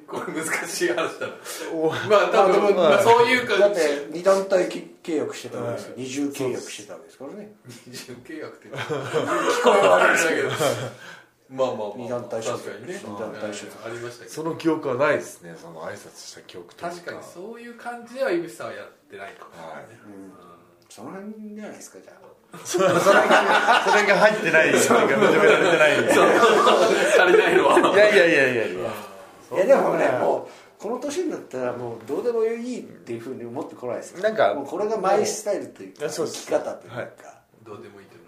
S2: これ難しい話だな
S3: お
S2: まあ多分、
S3: まあ
S2: まあ、そういう
S1: だ
S2: か
S1: って二団体契約してたわけですよ二重契約してたわけですからね
S2: 二重契約って聞こえ悪いんだけどまあまあまあ
S1: 二団体所属
S2: 確かにね
S1: 二団体所属
S2: ありましたけ
S3: そ
S2: ど
S3: の記憶はないですねその挨拶した記憶という
S2: 確かにそういう感じでは井口さんはやってないかもしれないね、
S1: その辺じゃないですかじゃあ
S3: それがそれが入ってないなんか認められてない
S2: 足りないのはい
S3: やいやいやいやいや
S1: いやでもねもうこの年になったらもうどうでもいいっていうふうに思ってこないですよ
S3: なんか
S1: もうこれがマイスタイルという
S3: い
S1: か
S3: やそ
S1: 生
S3: うです
S1: き方というか、
S3: はい
S2: どうでもいいというの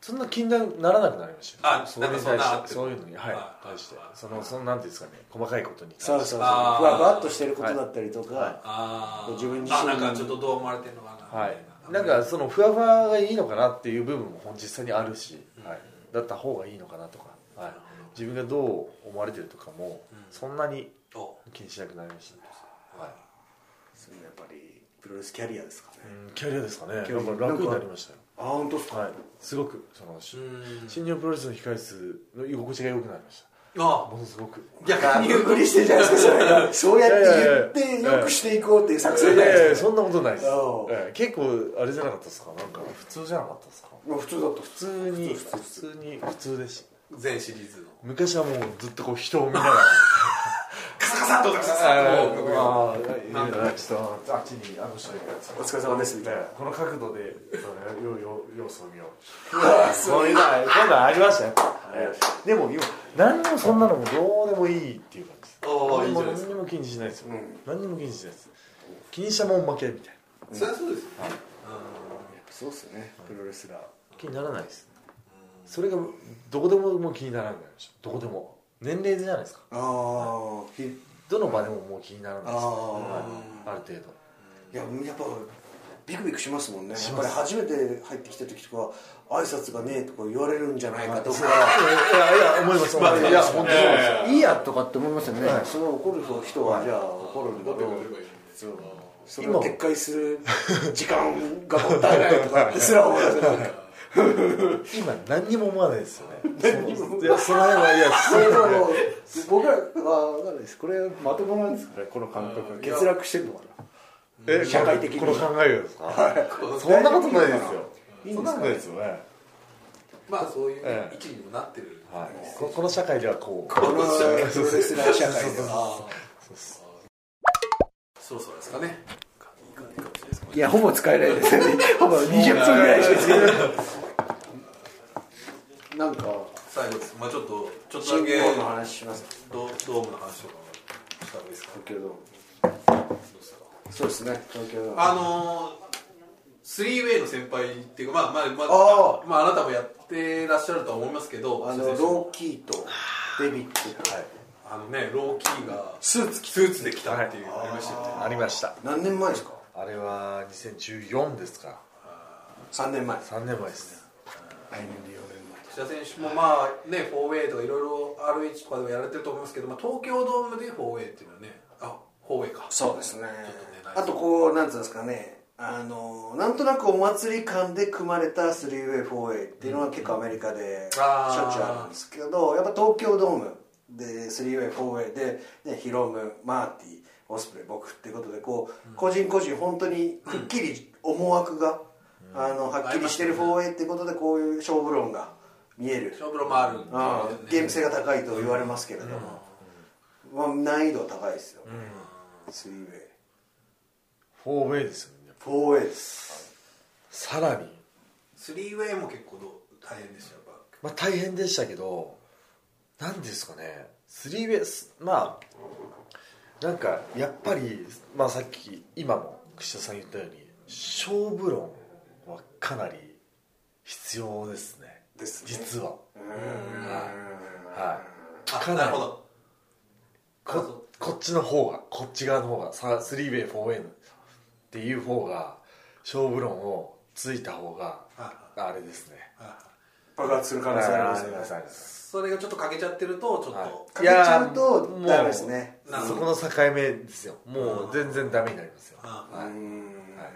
S3: そんな気にならなくなりましたよ
S2: あ
S3: それに
S2: なん
S3: 対
S2: かそんなあ
S3: し
S2: ってて
S3: そういうのにはい
S2: あ
S3: 対して
S2: あ
S3: そのそのなんていうんですかね細かいことに対して
S1: そうそうそうふ
S2: あー
S1: わふわっとしてることだったりとか、
S2: ああ
S1: 自分自身
S2: あなんかちょっとどう思われてるのかな、
S3: はいなんかそのふわふわがいいのかなっていう部分も実際にあるし、はい、だった方がいいのかなとか、はい、自分がどう思われてるとかもそんなに
S2: お
S3: 気にしなくなりました、はい
S1: それもやっぱりプロレスキャリアですかね、
S3: うんキャリアですかねなん
S1: キャリア
S3: か楽になりましたよ
S1: あ本当ですか、
S3: はいすごくそのし
S2: うん
S3: 新日本プロレスの控え室の居心地が良くなりまし
S2: あ
S3: たものすごく
S2: 逆に
S1: ゆっくりしてるじゃないですかそれがそうやって言っ
S3: いやいやい
S1: て
S3: や
S1: よくしていこうっていう作戦
S3: い
S1: じゃないです
S3: や
S1: か
S3: いやそんなことないです
S1: おう
S3: ええ結構あれじゃなかったですかなんか普通じゃなかったですか
S1: まあ普通だった普
S3: 普通に
S1: 普通
S3: 普通に普通でした
S2: 全シリーズの
S3: 昔はもうずっとこう人を見ながら
S2: カサカサっとカサカサっとこ
S3: ああちょっとあっちにあの人いる
S1: お疲れ様ですみたいな
S3: この角度でそのよよ様子を見よう
S1: わ
S3: そういうのは今度はありましたよええでも今何にもそんなのもどうでもいいっていう感じです
S2: ああいいじゃないで
S3: 何
S2: す
S3: に
S2: か
S3: も気にしないですよ、
S1: うん
S3: 何にも気にしないです気にしたもん負けみたいな
S2: うそりゃそうですよね
S1: そうっすねプロレスラー
S3: 気にならないですそれがどこでももう気にならなくなりましたどこでも年齢じゃないですか
S1: ああひ
S3: どの場でももう気にならないです、
S1: あー
S3: はいある程度
S1: いややっぱビクビクしますもんね
S3: し
S1: やっ
S3: ま
S1: ぱり初
S3: す
S1: めて入ってきた時とかは挨拶がねえとか言われるんじゃないかとか
S3: いやいや思います思いますいや本当そうですよ
S1: いいやとかって思いますよね、その怒る人はじゃあ怒るんだろうそうそれを
S3: 今
S1: 撤回する時間がもったいないとかってすら 思いますなんか
S3: 今何にも思わないですよねそのいやその辺はいや
S1: それでももう僕らは分かんないですこれまともなんですかねこの感覚は
S2: うん
S1: 欠落してるのかな
S3: え
S1: 社会的に
S3: この考えをですか、
S2: うん
S3: そんなことないですよ
S1: いいん
S3: そ
S1: ですかね
S3: んなことないですよね、
S2: まあそういうね
S3: ええ
S2: 位置にもなってる
S3: はい、ここの社会ではこう
S1: このプロレスラー社会では
S2: ああそろそろですかねいい感じかもしれないです
S1: いや、ほぼ使えないですよね。ほぼ20分ぐらいしか使えない。なんか、
S2: 最後ですまあちょっとちょっと
S1: 新
S2: だけ
S1: 日
S2: ド
S1: 本の話します
S2: ドームの話とかした方がいいですか
S1: けど、
S2: どうしたら
S1: そうですね、東京ドーム
S2: あのースリーウェイの先輩っていうかまあまあまあ
S1: あ
S2: まああなたもやってらっしゃるとは思いますけど
S1: あの
S2: 先生
S1: ローキーとデビッド、
S2: あのねローキーが
S3: スーツ着
S2: スーツで来たっていうのありましたよね
S3: ありました
S1: 何年前ですか
S3: あれは2014ですから
S1: 3年前
S3: 3年前です
S1: 来年で4年前
S2: 吉田選手もまあね、フォーウェイとかいろいろ RH とかでもやられてると思いますけど、まあ、東京ドームでフォーウェイっていうのはね、あフォーウェイか。
S1: そうですね
S2: ちょっとね
S1: あとこうなんつうんですかねあのなんとなくお祭り感で組まれた 3way4way っていうのは結構アメリカでしょっちゅう
S2: あー
S1: あるんですけどやっぱ東京ドームで 3way4way で、ね、ヒロムマーティオスプレイ僕っていうことでこう個人個人本当にくっきり思惑が、あのはっきりしてる 4way っていうことでこういう勝負論が見える
S2: 勝負ロもあるんで、
S1: ああゲーム性
S2: が。
S1: が高いと言われますけれども、まあ、難易度は高いですよ、スリーウェイ
S3: フォーウェイですよね
S1: フォーウェイです
S3: さらに、
S2: スリーウェイも結構どう大変でしたよ、やっ
S3: まあ、大変でしたけど何ですかねスリーベースまあなんかやっぱり、まあ、さっき今も櫛田さん言ったように勝負論はかなり必要ですね
S1: ですね
S3: 実ははい
S2: ぱ。
S3: か
S2: あ、
S3: な
S2: な
S3: り
S2: るほど。あ
S3: ここっちの方がこっち側の方がさ 3way、4way っていう方が勝負論をついた方が
S2: は
S3: あれですね
S2: あ
S1: 爆発する可
S3: あ
S1: 能性あり
S3: り
S1: ま
S3: ますす
S1: よ
S3: あ
S1: ね
S3: ります
S2: それがちょっと欠けちゃってると、ちょっと、
S1: かけちゃうとダメですね
S3: いやもうそこの境目ですよもう全然ダメになりますよ
S2: あ
S1: う
S3: はい
S1: ん
S3: はい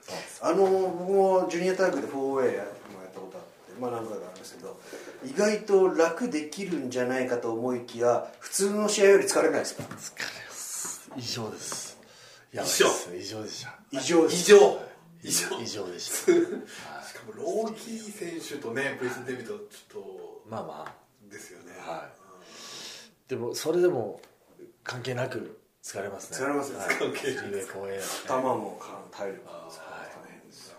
S3: そうです
S1: あの僕もジュニアタイプで 4way もやったことあってまあ何回かありますけど意外と楽できるんじゃないかと思いきや普通の試合より疲れないですか
S3: 疲れます異常ですやばい
S2: 異常
S3: です異常でした
S1: 異常で
S2: 異
S1: す
S2: 常異常
S3: 異常でし
S2: し
S3: た
S2: かもローキー選手とね、プリスデビット、ちょっ
S3: まあまあ
S2: と、ですよね。
S3: はいでもそれでも関係なく疲れますね
S1: 疲れますよ
S3: はい
S2: 関係ない
S3: 3way、4way
S1: 頭も体力も大変です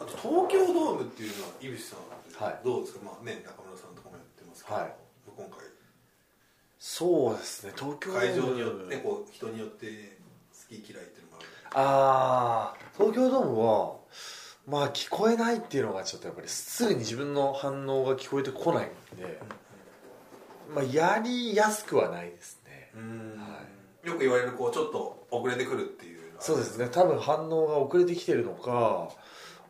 S2: あと東京ドームっていうのは井口さん、
S3: はい
S2: どうですか、まあね、中村さんとかもやってますけど、
S3: はい
S2: 今回
S3: そうですね東京ドー
S2: 会
S3: ム
S2: 場によってこう人によって好き嫌いっていうのもある
S3: ああ東京ドームはまあ聞こえないっていうのがちょっとやっぱりすぐに自分の反応が聞こえてこないんで、まあ、やりやすくはないですね、は
S2: よく言われるこうちょっと遅れてくるっていうのは
S3: そうですね多分反応が遅れてきてるのか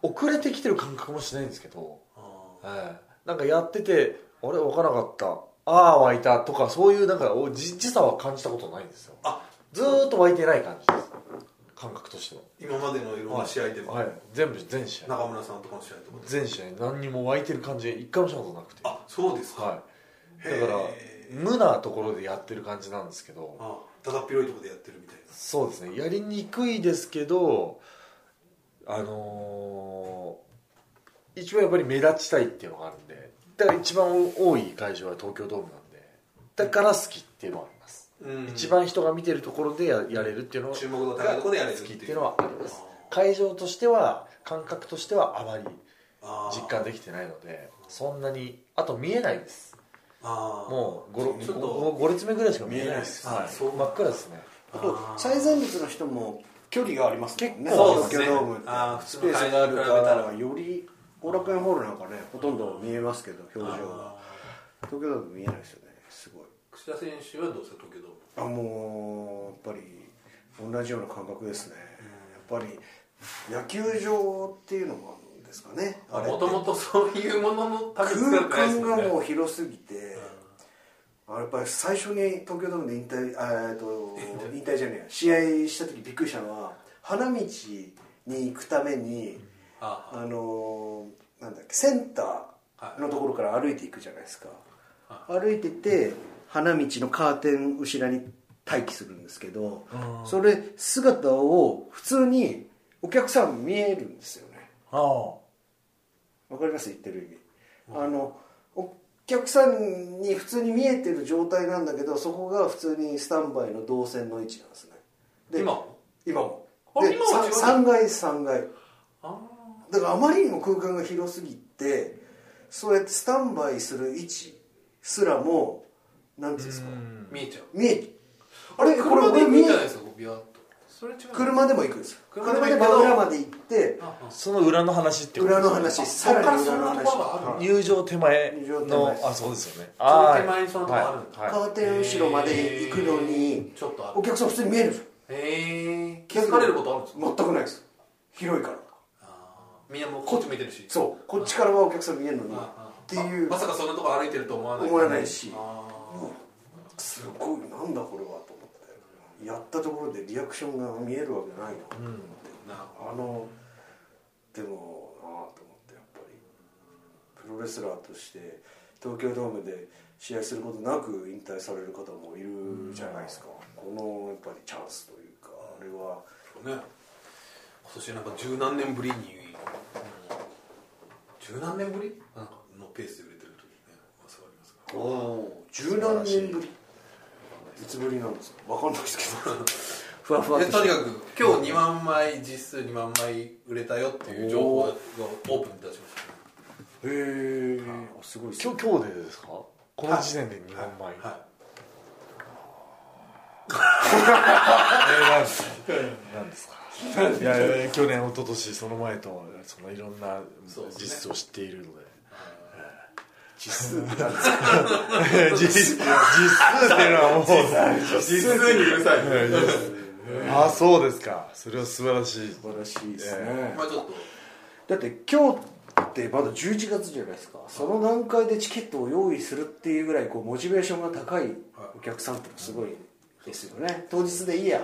S3: 遅れてきてる感覚もしないんですけど、
S2: あ
S3: はいなんかやっててあれ分からなかったああ湧いたとかそういうなんかおじ時差は感じたことないんですよ
S2: ーあ
S3: ずーっと湧いてない感じです感覚としては
S2: 今までのいろんな試合でも、
S3: はい、全部全試合
S2: 中村さんとかの試合とかで
S3: 全試合何にも湧いてる感じ一回もしたことなくて
S2: あそうですか、
S3: はい
S2: へ
S3: だ
S2: ー
S3: から無なところでやってる感じなんですけど
S2: あただっ広いところでやってるみたいな
S3: そうですねやりにくいですけどあのー一番やっぱり目立ちたいっていうのがあるんでだから一番多い会場は東京ドームなんでだから好きっていうのはあります、
S2: うん
S3: 一番人が見てるところでややれるっていうのは
S2: 注目度高いところでやれる
S3: 好
S2: って
S3: き
S2: いう
S3: っていうのはあります会場としては感覚としてはあまり
S2: あー
S3: 実感できてないのでそんなにあと見えないです
S2: あー
S3: もう 5,
S2: ちょっと
S3: 列目ぐらいしか見えないです
S2: 見えないですあそう
S3: 真っ暗ですね
S1: あと最前列の人も距離がありますもんね
S3: 結構
S1: 東京ドームって
S2: あー普通
S1: ス
S2: の
S1: ペースがあるか
S2: 会場に比
S1: らより後楽園ホールなんかねほとんど見えますけど表情が東京ドーム見えないですよねすごい
S2: 櫛田選手はどうですか東京ドーム
S1: あもうやっぱり同じような感覚ですねやっぱり野球場っていうのもあるんですかねあれって
S2: もともとそういうもののために作
S1: 空
S2: られてないです
S1: 間
S2: もん
S1: が
S2: ね
S1: もう広すぎて、あのやっぱり最初に東京ドームで引退あーえっと引退じゃねえや試合した時びっくりしたのは花道に行くために、
S2: あ
S1: あのーなんだっけセンターのところから歩いていくじゃないですか、歩いてて花道のカーテン後ろに待機するんですけど、それ姿を普通にお客さん見えるんですよね、
S3: ああ
S1: わかります言ってる意味、あのお客さんに普通に見えてる状態なんだけどそこが普通にスタンバイの動線の位置なんですねで
S2: 今も
S1: 今も
S2: あ
S1: で
S2: 今は違う
S1: 3階3階
S2: あ
S1: だからあまりにも空間が広すぎてそうやってスタンバイする位置すらもなんていうんですか
S2: ー見えちゃう
S1: 見え
S2: あれ
S1: これ
S2: 車で見え
S1: 見
S2: じゃ
S1: え
S2: ないですかこうビヤッとそれ違う
S1: 車でも行くんですよ
S2: 車
S1: 車
S2: で
S1: で
S2: も行くけど
S1: 真裏まで行って
S2: ああ
S3: その裏の話ってこと
S1: 裏の
S3: です
S1: 話
S3: よね
S1: さらに裏の
S2: そっからそんな
S1: 話
S2: ところがある
S1: はい
S3: 入場手前
S1: 入場手
S3: の
S1: 前です
S3: あそうですよね
S2: その手
S3: ー
S2: 前にそのとこあるんだ
S3: はい
S1: カ
S3: はい
S1: ーテン後ろまで行くのに
S2: ちょっとある
S1: お客さん普通に見えるじゃん
S2: へえ気づかれることあるんですか
S1: 全くないです広いから
S2: あーみんなもうこっち見てるし
S1: そうこっちからはお客さん見えるのにっ
S2: ああ
S1: ていう
S2: まさかそんなとこ歩いてると思わない
S1: 思わないし
S2: あ
S1: すごいなんだこれはと思ってやったところでリアクションが見えるわけないなと思って、
S2: ーなるほ
S1: あのでもなあと思ってやっぱりプロレスラーとして東京ドームで試合することなく引退される方もいるじゃないですか、このやっぱりチャンスというかあれは
S2: どね今年なんか十何年ぶりに十何年ぶりなんかのペースで売れてる時にね噂がありますから
S1: おお十何年ぶりいつぶりなんですかわかんないですけど
S4: ふわふわ
S2: で
S4: と
S2: と
S4: し
S2: に
S4: て
S2: かく今日2万枚実数2万枚売れたよっていう情報がオープンに出しましたね
S1: へえすごいっすね
S3: 今日今日でですかこの時点で2万枚
S2: はい
S3: なんですかいやいや去年一昨年その前とそのいろんな
S2: そうですね
S3: 実数を知っているので
S1: 実数ってなんですか
S3: 実実数っていうのはもう
S2: 実数にうるさいね
S3: あそうですかそれは素晴らしい
S1: 素晴らしいですね、
S2: まあちょっと
S1: だって今日ってまだ11月じゃないですかその段階でチケットを用意するっていうぐらいこうモチベーションが高いお客さんってすごいですよね当日でいいや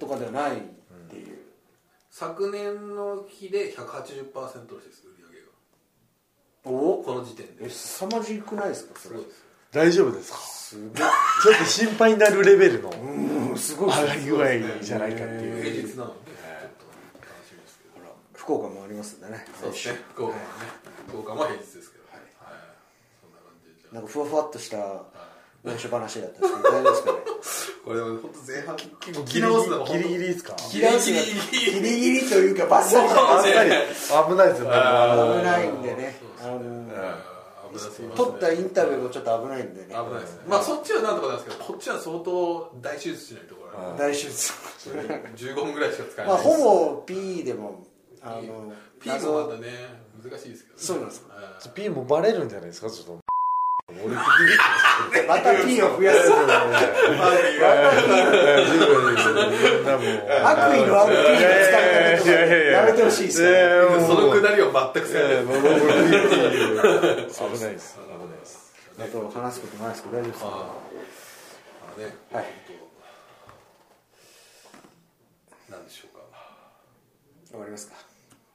S1: とかではないっていう
S2: 昨年の日で180%らしいです売り上げが
S1: お
S2: この時点
S1: え
S2: で
S1: 凄まじくないですかそ
S2: す
S1: れ
S2: ごいです
S3: 大丈夫ですか
S1: す
S3: ちょっと心配になるレベルの
S1: ごいうんすごい
S3: 上
S1: です
S3: がり具合じゃないかって
S2: 平
S3: いう
S2: 日なのでちょっと楽しみですけど
S1: 福岡もありますんでね
S2: そうですね福岡もね福岡も平日ですけどはいそんな感じでじゃ
S1: なんかふわふわっとした内緒話だったんですけど大丈夫ですかね
S2: あこれ本当前半
S3: 結構
S2: 聞
S3: ギ
S2: き直すのが
S3: リギリギリギリですか
S2: ギリギリ
S1: ギリギリというかバッサリ
S3: あんまり危ないですよねあの
S1: 危ないんでねあの
S2: 危なすぎますね
S1: 撮ったインタビューもちょっと危ないんでね
S2: 危ないですねまあそっちはなんとかなんですけどこっちは相当大手術しないところがあ
S1: 大手術
S2: る15分ぐらいしか使え
S1: ま
S2: な
S1: あ
S2: いです
S1: ほぼ P でもあの
S2: P もまたね難しいですけどね
S1: そうなんですか
S2: はい
S3: P もバレるんじゃないですかちょっと俺ビビって
S1: 謎また P を増やす
S3: 十分ですみんなもう
S1: 悪意のある P の使い方とかやめてほしいですよね
S2: そのくだりを全く使えない
S3: えーもうもうもう危ないです危ないです
S1: あと話すことないですけど大丈夫ですか
S2: あああのね、
S1: はい
S2: 本当なんでしょうか
S1: 終わりますか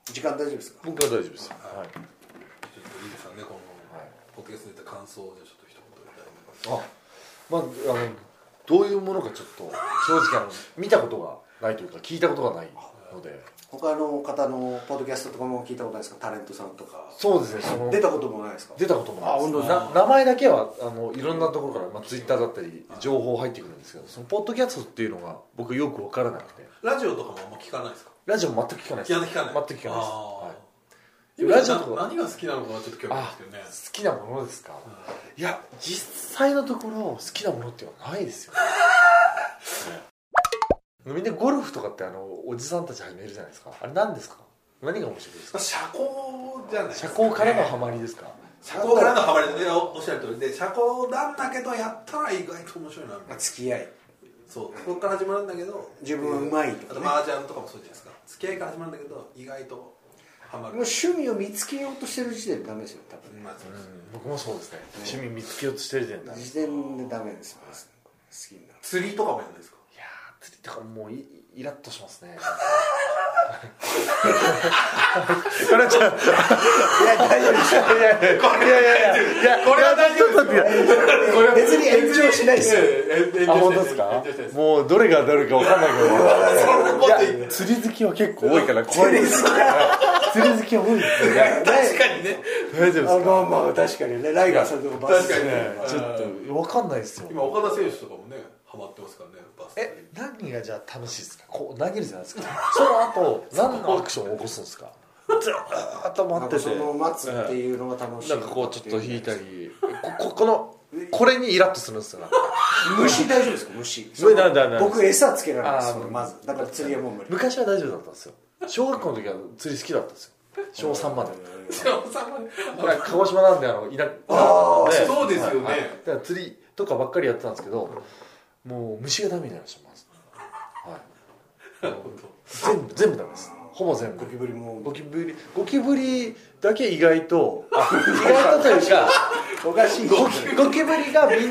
S1: 時間大丈夫ですか
S3: 僕は大丈夫ですよはい
S2: ちょっとリーさんねこの
S3: はい
S2: ポッドキャストで言った感想をじゃあちょっと一言言いたいと思います
S3: あまああのどういうものかちょっと正直あの見たことがないというか聞いたことがないので
S1: 他の方のポッドキャストとかも聞いたことないですかタレントさんとか
S3: そうですねその
S1: 出たこともないですか
S3: 出たこともないです
S1: あ本当です
S3: な名前だけはあのいろんなところから、まあ、ツイッターだったり情報入ってくるんですけどそのポッドキャストっていうのが僕よく分からなくて
S2: ラジオとかもあんま聞かないですか
S3: ラジオ全く聞かないです
S2: 聞かない聞かない
S3: 全く聞かないです、はい
S2: い
S3: ラジオとか
S2: 何が好きなのかはちょっと興味あるんです
S3: 好きなものですか、いや実際のところ好きなものっていうのはないですよ、ねみんなゴルフとかってあのおじさんたち始めるじゃないですかあれ何ですか何が面白いです
S2: けど
S3: か
S2: ね社交じゃないです
S3: 社
S2: かね
S3: 交からのハマりですか、
S2: 社交からのハマりでおおっしゃる通りで社交なんだけどやったら意外と面白いなみ
S1: ま
S2: たい
S1: あ
S2: な
S1: 付き合い
S2: そうそこから始まるんだけど
S1: 自分はうまいとか
S2: あと
S1: ね
S2: 麻雀とかもそうじゃないですか付き合いから始まるんだけど意外とハマる
S1: もう趣味を見つけようとしてる時点でダメですよ多分
S2: まあそうですね
S3: 僕もそうですね趣味見つけようとしてるじゃないです
S1: 時
S3: か
S1: 点でダメですよ好きになる
S2: 釣りとかもやるんですか
S3: いやー釣りとかもうイイラッとしますね
S1: いや
S3: これはちょっと
S1: 大丈夫です
S3: いやいやいやいやいやこれは大丈夫です
S1: 別
S3: よ
S1: に炎上しないですよ
S3: あ本当ですかもうどれがどれか分かんないけど
S2: そんなこと言って
S3: いや釣り好きは結構多いから怖いです釣り好きは多いですよね
S2: 確かにね
S3: 大丈
S1: あ
S3: 夫
S1: まあまあ確かにねライガーさんでもバス
S2: 確かにね
S3: ですかちょっと分かんないですよ
S2: 今岡田選手とかもねハマってますからねバスケ
S3: え何がじゃあ楽しいですかこう投げるじゃないですかその後何のアクションを起こすんですかずーっと
S1: な
S3: 待
S1: ん
S3: って
S1: か
S3: て
S1: その待つっていうのが楽しい
S3: なんかこうちょっと引いたりこここのこれにイラッとするんですよなんか
S1: 虫大丈夫ですか虫
S3: それなんだなんだ
S1: 僕餌つけられないで
S3: あ
S1: す
S3: ー
S1: それまずだから釣りはもう無理
S3: 昔は大丈夫だったんですよ小学校の時は釣り好きだったんですよ小3までこれ鹿児島なんであの田舎
S1: あー
S3: ね
S2: そうですよね
S3: はいだから釣りとかばっかりやってたんですけどもう虫がダメになりましたまずはい全部全部ダメですほぼ全部
S1: ゴキブリも
S3: ゴキブリゴキブリだけ意外とあ意外とというか
S1: おかしい
S3: ゴキゴキブリがみん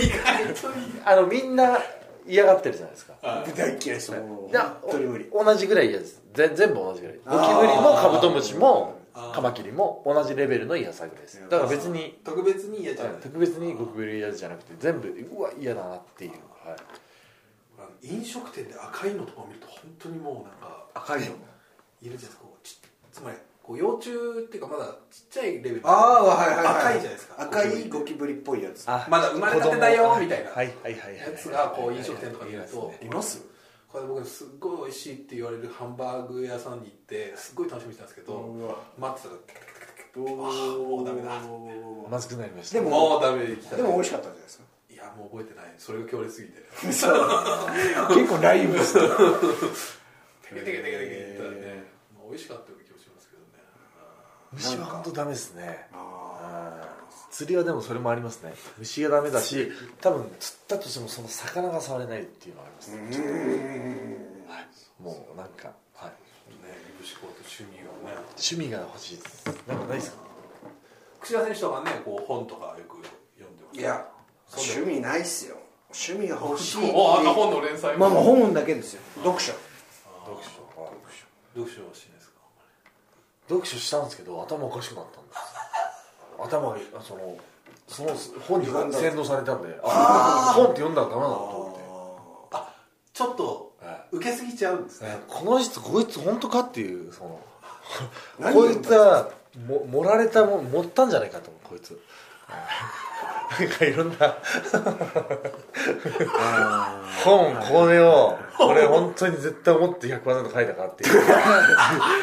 S3: あのみんな嫌がってるじゃないですか
S1: 僕大っ嫌いですもう
S3: いや
S1: 本当に無理
S3: 同じぐらい嫌ですぜ全部同じぐらいゴ
S1: あー
S3: キブリもカブトムシも
S2: あー
S3: カマキリも同じレベルの嫌さぐらいですだから別に
S2: 特別に嫌じゃない
S3: 特別にゴキブリ嫌じゃなくて全部うわ嫌だなっていう、はい、
S2: あの飲食店で赤いのとか見ると本当にもうなんか
S1: 赤いの
S2: いるじゃないですかこうちつまりこう幼虫っていうかまだちっちゃいレベル
S1: ああはいはいはい
S2: 赤いじゃないですか
S1: 赤いゴキブリっぽいやつ
S3: あ
S2: まだ生まれたてだよみたいな
S3: はいはいはいはい
S2: やつがこう飲食店とかにいると
S1: います
S2: これ僕すっごい美味しいって言われるハンバーグ屋さんに行ってすっごい楽しみにしてたんですけど
S1: うわ
S2: 待ってたら
S1: おー
S2: もうダメだ
S3: まずくなりました
S1: でも
S2: もうダメで来た
S1: でも美味しかったじゃないですか
S2: いやもう覚えてないそれが強烈すぎて
S1: 結構ライブです ね
S2: テケテケテケテケ言ったらねもう美味しかったような気もしますけどね
S3: 虫は本当ダメですね
S1: あ
S3: 釣りはでもそれもありますね虫がダメだし多分釣ったとしてもその魚が触れないっていうのがあります、
S1: ーうーん
S3: もうなんか、はい、
S2: ねいぶしこと趣味をね
S3: 趣味が欲しいですなんかないですか
S2: 串田選手とかねこう本とかよく読んでま す
S1: い や
S2: そうだよ
S1: 趣味ないっすよ趣味が欲しいって
S2: もうあんな本の連載
S5: まあまあ本だけですよ
S1: 読書
S3: 読書
S2: 読書はしないですか
S3: 読書したんですけど頭おかしくなったんです頭があそのその本に先導されたんであ本って読んだらダメなのと思
S2: ちょっと
S3: って、はい
S2: 受けすぎちゃうんですね
S3: ねこの人こいつ本当かっていうその
S1: 何
S3: こいつはも盛られたもん盛ったんじゃないかと思うこいつなんかいろんな本これをこれ本当に絶対思って100%書いたかっていう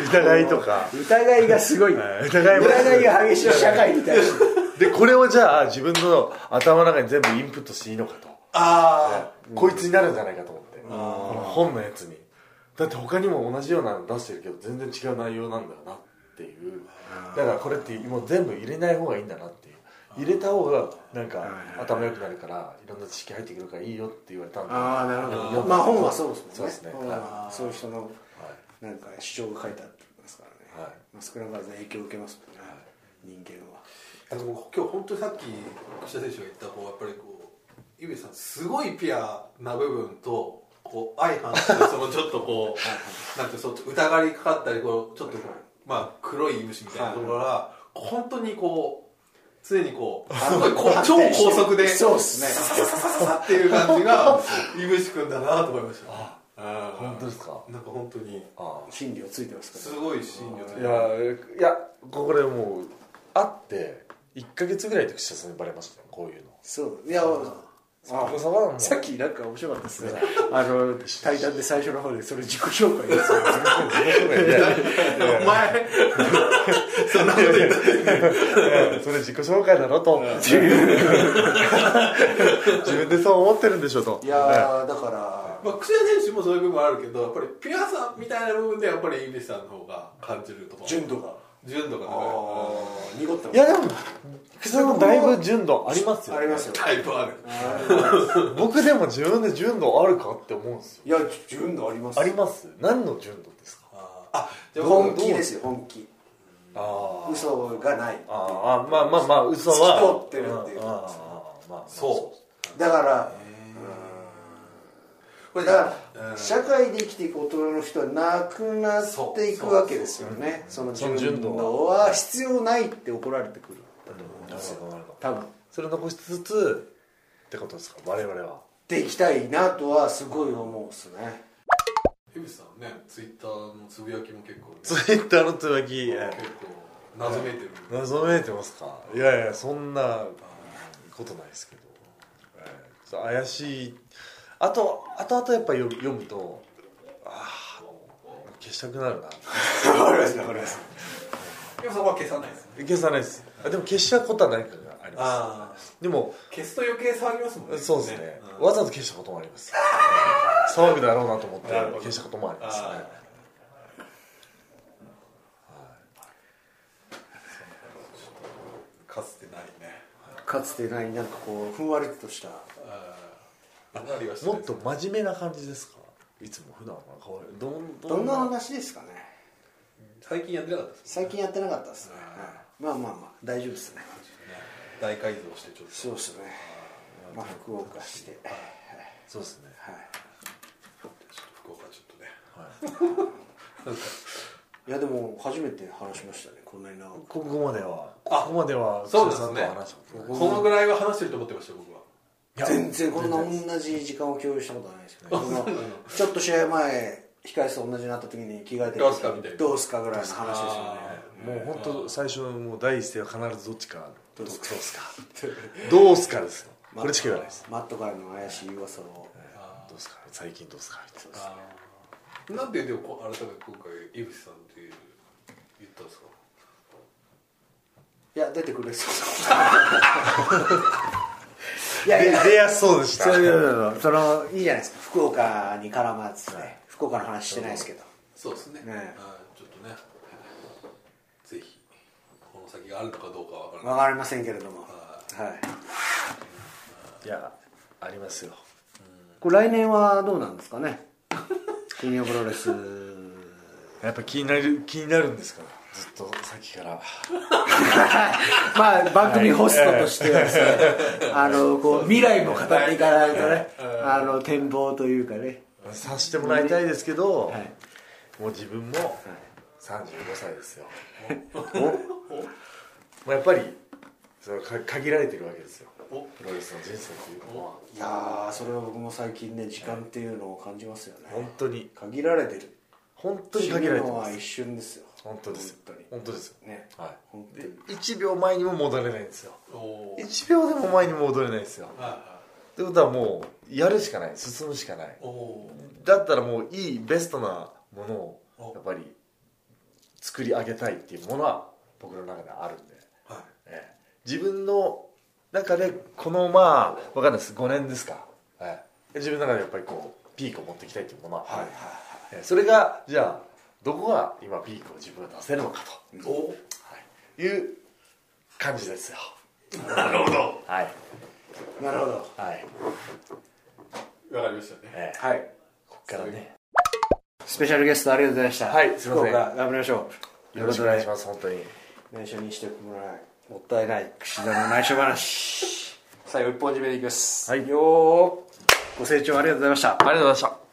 S3: 疑いとか
S5: 疑いがすごい
S3: 疑いも
S5: 疑いが激しい
S1: 社会みたいな
S3: でこれをじゃあ自分の頭の中に全部インプットしていいのかと
S2: あ
S3: こいつになるんじゃないかと思ってこの本のやつにだって他にも同じようなの出してるけど全然違う内容なんだよなっていうだからこれってもう全部入れない方がいいんだなっていう入れた方がなんか頭良くなるからいろんな知識入ってくるからいいよって言われたんで
S5: ああなるほど
S3: うん
S5: まあ本はそうです
S3: そ
S5: もん
S3: うで
S5: ね
S3: すね
S5: 本
S3: は
S1: あーそういう人の
S3: い
S1: なんか主張が書いてありますからね、
S3: はい
S1: まあ、少なからず影響を受けますもんね、人間は
S2: あでも今日本当にさっき串田選手が言ったこうやっぱりこうゆびさんすごいピュアな部分とこう相反するそのちょっとこうなんていうのそう疑りかかったりこうちょっとこうまあ黒いいぶしみたいなところが本当にこう常にこうすごいこう超高速で
S1: そうっすね
S2: ササササササっていう感じがいぶし君だなと思いましたねうん
S3: 本当ですか
S2: なんか本当に
S3: あ
S1: 心理をついてます
S2: す
S1: か
S2: ごい心理をつ
S3: あ
S2: け
S3: い
S2: て
S3: やいやこれもう会って1か月ぐらいで口田さんにバレましたねこういうの
S1: らそういや
S3: あ
S1: あさっきなんか面白かったですねあの「タイタン」で最初の方でそれ自己紹介ですよね
S2: お前そんなこと言った
S3: ええそれ自己紹介だろと自分でそう思ってるんでしょと
S1: いやーだから
S2: まあ、串田選手もそういう部分はあるけどやっぱりピュアさみたいな部分でやっぱり井口さんの方が感じるとか
S1: 純度が
S2: 純度が
S1: あ
S2: 高
S1: ー濁ってま
S3: いやでも福さんもだいぶ純度あります
S1: す
S3: よ、
S1: ありますよ
S2: いタイプある
S3: 僕でも自分で純度あるかって思うんですよ
S1: いや純度あります
S3: あります何の純度ですか
S2: あーあじゃあ
S1: 本
S2: 僕
S1: 気ですよ本気
S3: あー
S1: 嘘がない
S3: あーまあまあまあ嘘は
S1: 透き通ってるっていう
S3: あーあーまあ
S2: そ
S1: だから
S2: うこれ
S1: だ
S2: だ
S1: か
S2: から、
S1: ら
S2: うん
S1: 社会で生きていく大人の人はなくなっていくわけですよねその
S3: そうそう
S1: 純度は必要ないって怒られてくるだと思うん
S3: な
S1: で
S3: る
S1: す
S3: ほ
S1: よ
S3: どなるほど
S1: 多分
S3: それ残しつつってことですか我々は
S1: でいきたいなとはすごい思うんですね
S2: 井口さんねツイッターのつぶやきも結構ね
S3: ツ
S2: 結
S3: イッターのつぶやきええ
S2: 構謎めいてる、
S3: 謎めいてますかいやいやそんなことないですけど、えーそう怪しいあとあとあとやっぱ読む読むとああ消したくなるな
S1: わかりますわかります
S2: でもそこは消さないですね
S3: 消さないですあでも消したことは何かがありま
S2: ああ
S3: すでも
S2: 消すと余計騒ぎますもんね
S3: そうですね、
S2: うん
S3: わざと消したこともあります、騒ぐだろうなと思って
S2: なるほど
S3: 消したこともありますね
S2: あかつてないね
S1: かつてないなんかこうふんわりとした
S2: ああなりはして
S3: も
S2: ない
S3: っ
S2: です
S3: と真面目な感じですかいつも普段は変わるどん
S1: どんな話ですかね
S2: 最近やってなかったです
S1: 最近やってなかったですね、
S2: あ
S1: はいまあまあまあ大丈夫ですね
S2: ね大改造してちょっと
S1: そうですねまあ福岡して
S3: そうですね
S1: はい
S2: ちょっと福岡ちょっとね
S1: いやでも初めて話しましたねこんなに長く
S3: ここまでは
S2: あ
S3: ここまでは
S2: そうですね
S3: 岸田さんと話したことない
S2: このぐらいは話してると思ってました僕はい
S3: や
S1: 全然こんな同じ時間を共有したことはないですけど、ね、このちょっと試合前控え室同じになった時に着替えて
S2: どうすかみたいな
S1: どうすかぐらいの話ですよね
S2: あ
S3: もう本当最初のもう第一声は必ずどっちか
S1: どうすかどうすか
S3: どうすかですよこれしか言わないです
S1: マットからの怪しい噂を
S2: あ
S3: どうすか最近どうすかみたいな
S2: ああなんででもこう改めて今回井口さんっていう言ったんですか
S1: いや出てくれそうだいやいや
S3: で出やすそうでした
S1: そういうのそのいいじゃないですか福岡に絡まってて、福岡の話してないですけど
S2: そうですね
S1: ね
S2: ああちょっとねぜひこの先があるのかどうかわからない
S1: 分かりませんけれどもはい
S3: いやありますよ
S1: これ来年はどうなんですかね 金曜プロレス
S3: やっぱ気になる気になるんですからずっとさっきから
S1: まあ番組ホストとしてはですね あのこう未来も語っていかないとねあの展望というかね
S3: さしてもらいたいですけど、
S1: はい
S3: もう自分も35歳ですよおもうやっぱりそれはか限られてるわけですよ
S2: お
S3: プロレスの人生というのはい
S1: やーそれは僕も最近ね時間っていうのを感じますよね
S3: 本当に
S1: 限られてる
S3: 本当に
S1: 死
S3: 限
S1: ぬ
S3: られて
S1: の
S3: ま
S1: は
S3: す
S1: 一瞬ですよ
S3: 本当です
S1: 本当
S3: 本当です
S1: にね
S3: は
S1: 本
S3: い
S1: 当
S3: で
S1: に
S3: 1秒前にも戻れないんですよ
S2: おおー
S3: 1秒でも前に戻れないんですよ
S2: はいは
S3: ってことはもうやるしかない進むしかない
S2: いおお
S3: だったらもういいベストなものを
S2: お
S3: やっぱり作り上げたいっていうものは僕の中であるんで、
S2: はい
S3: ええ自分の中でこのまあ分かんないです5年ですか、ええ自分の中でやっぱりこうピークを持っていきたいっていうものはある、ええそれがじゃあどこが今ピークを自分は出せるのかと、
S2: お
S3: はい、いう感じですよ
S2: なるほど
S3: はい
S1: なるほど
S3: はい、
S2: わかりましたね
S3: ええ
S1: はい
S3: こっからね
S1: スペシャルゲストありがとうございました。
S3: はいすいません
S1: 福岡頑張りましょう。
S3: よろしくお願いし
S1: ま
S3: ます本当に
S1: す。内緒にしてもらえない。もったいない。櫛田の内緒 話。最後一本締めでいきます。
S3: はい
S1: よー。ご清聴ありがとうございました。
S3: ありがとうございました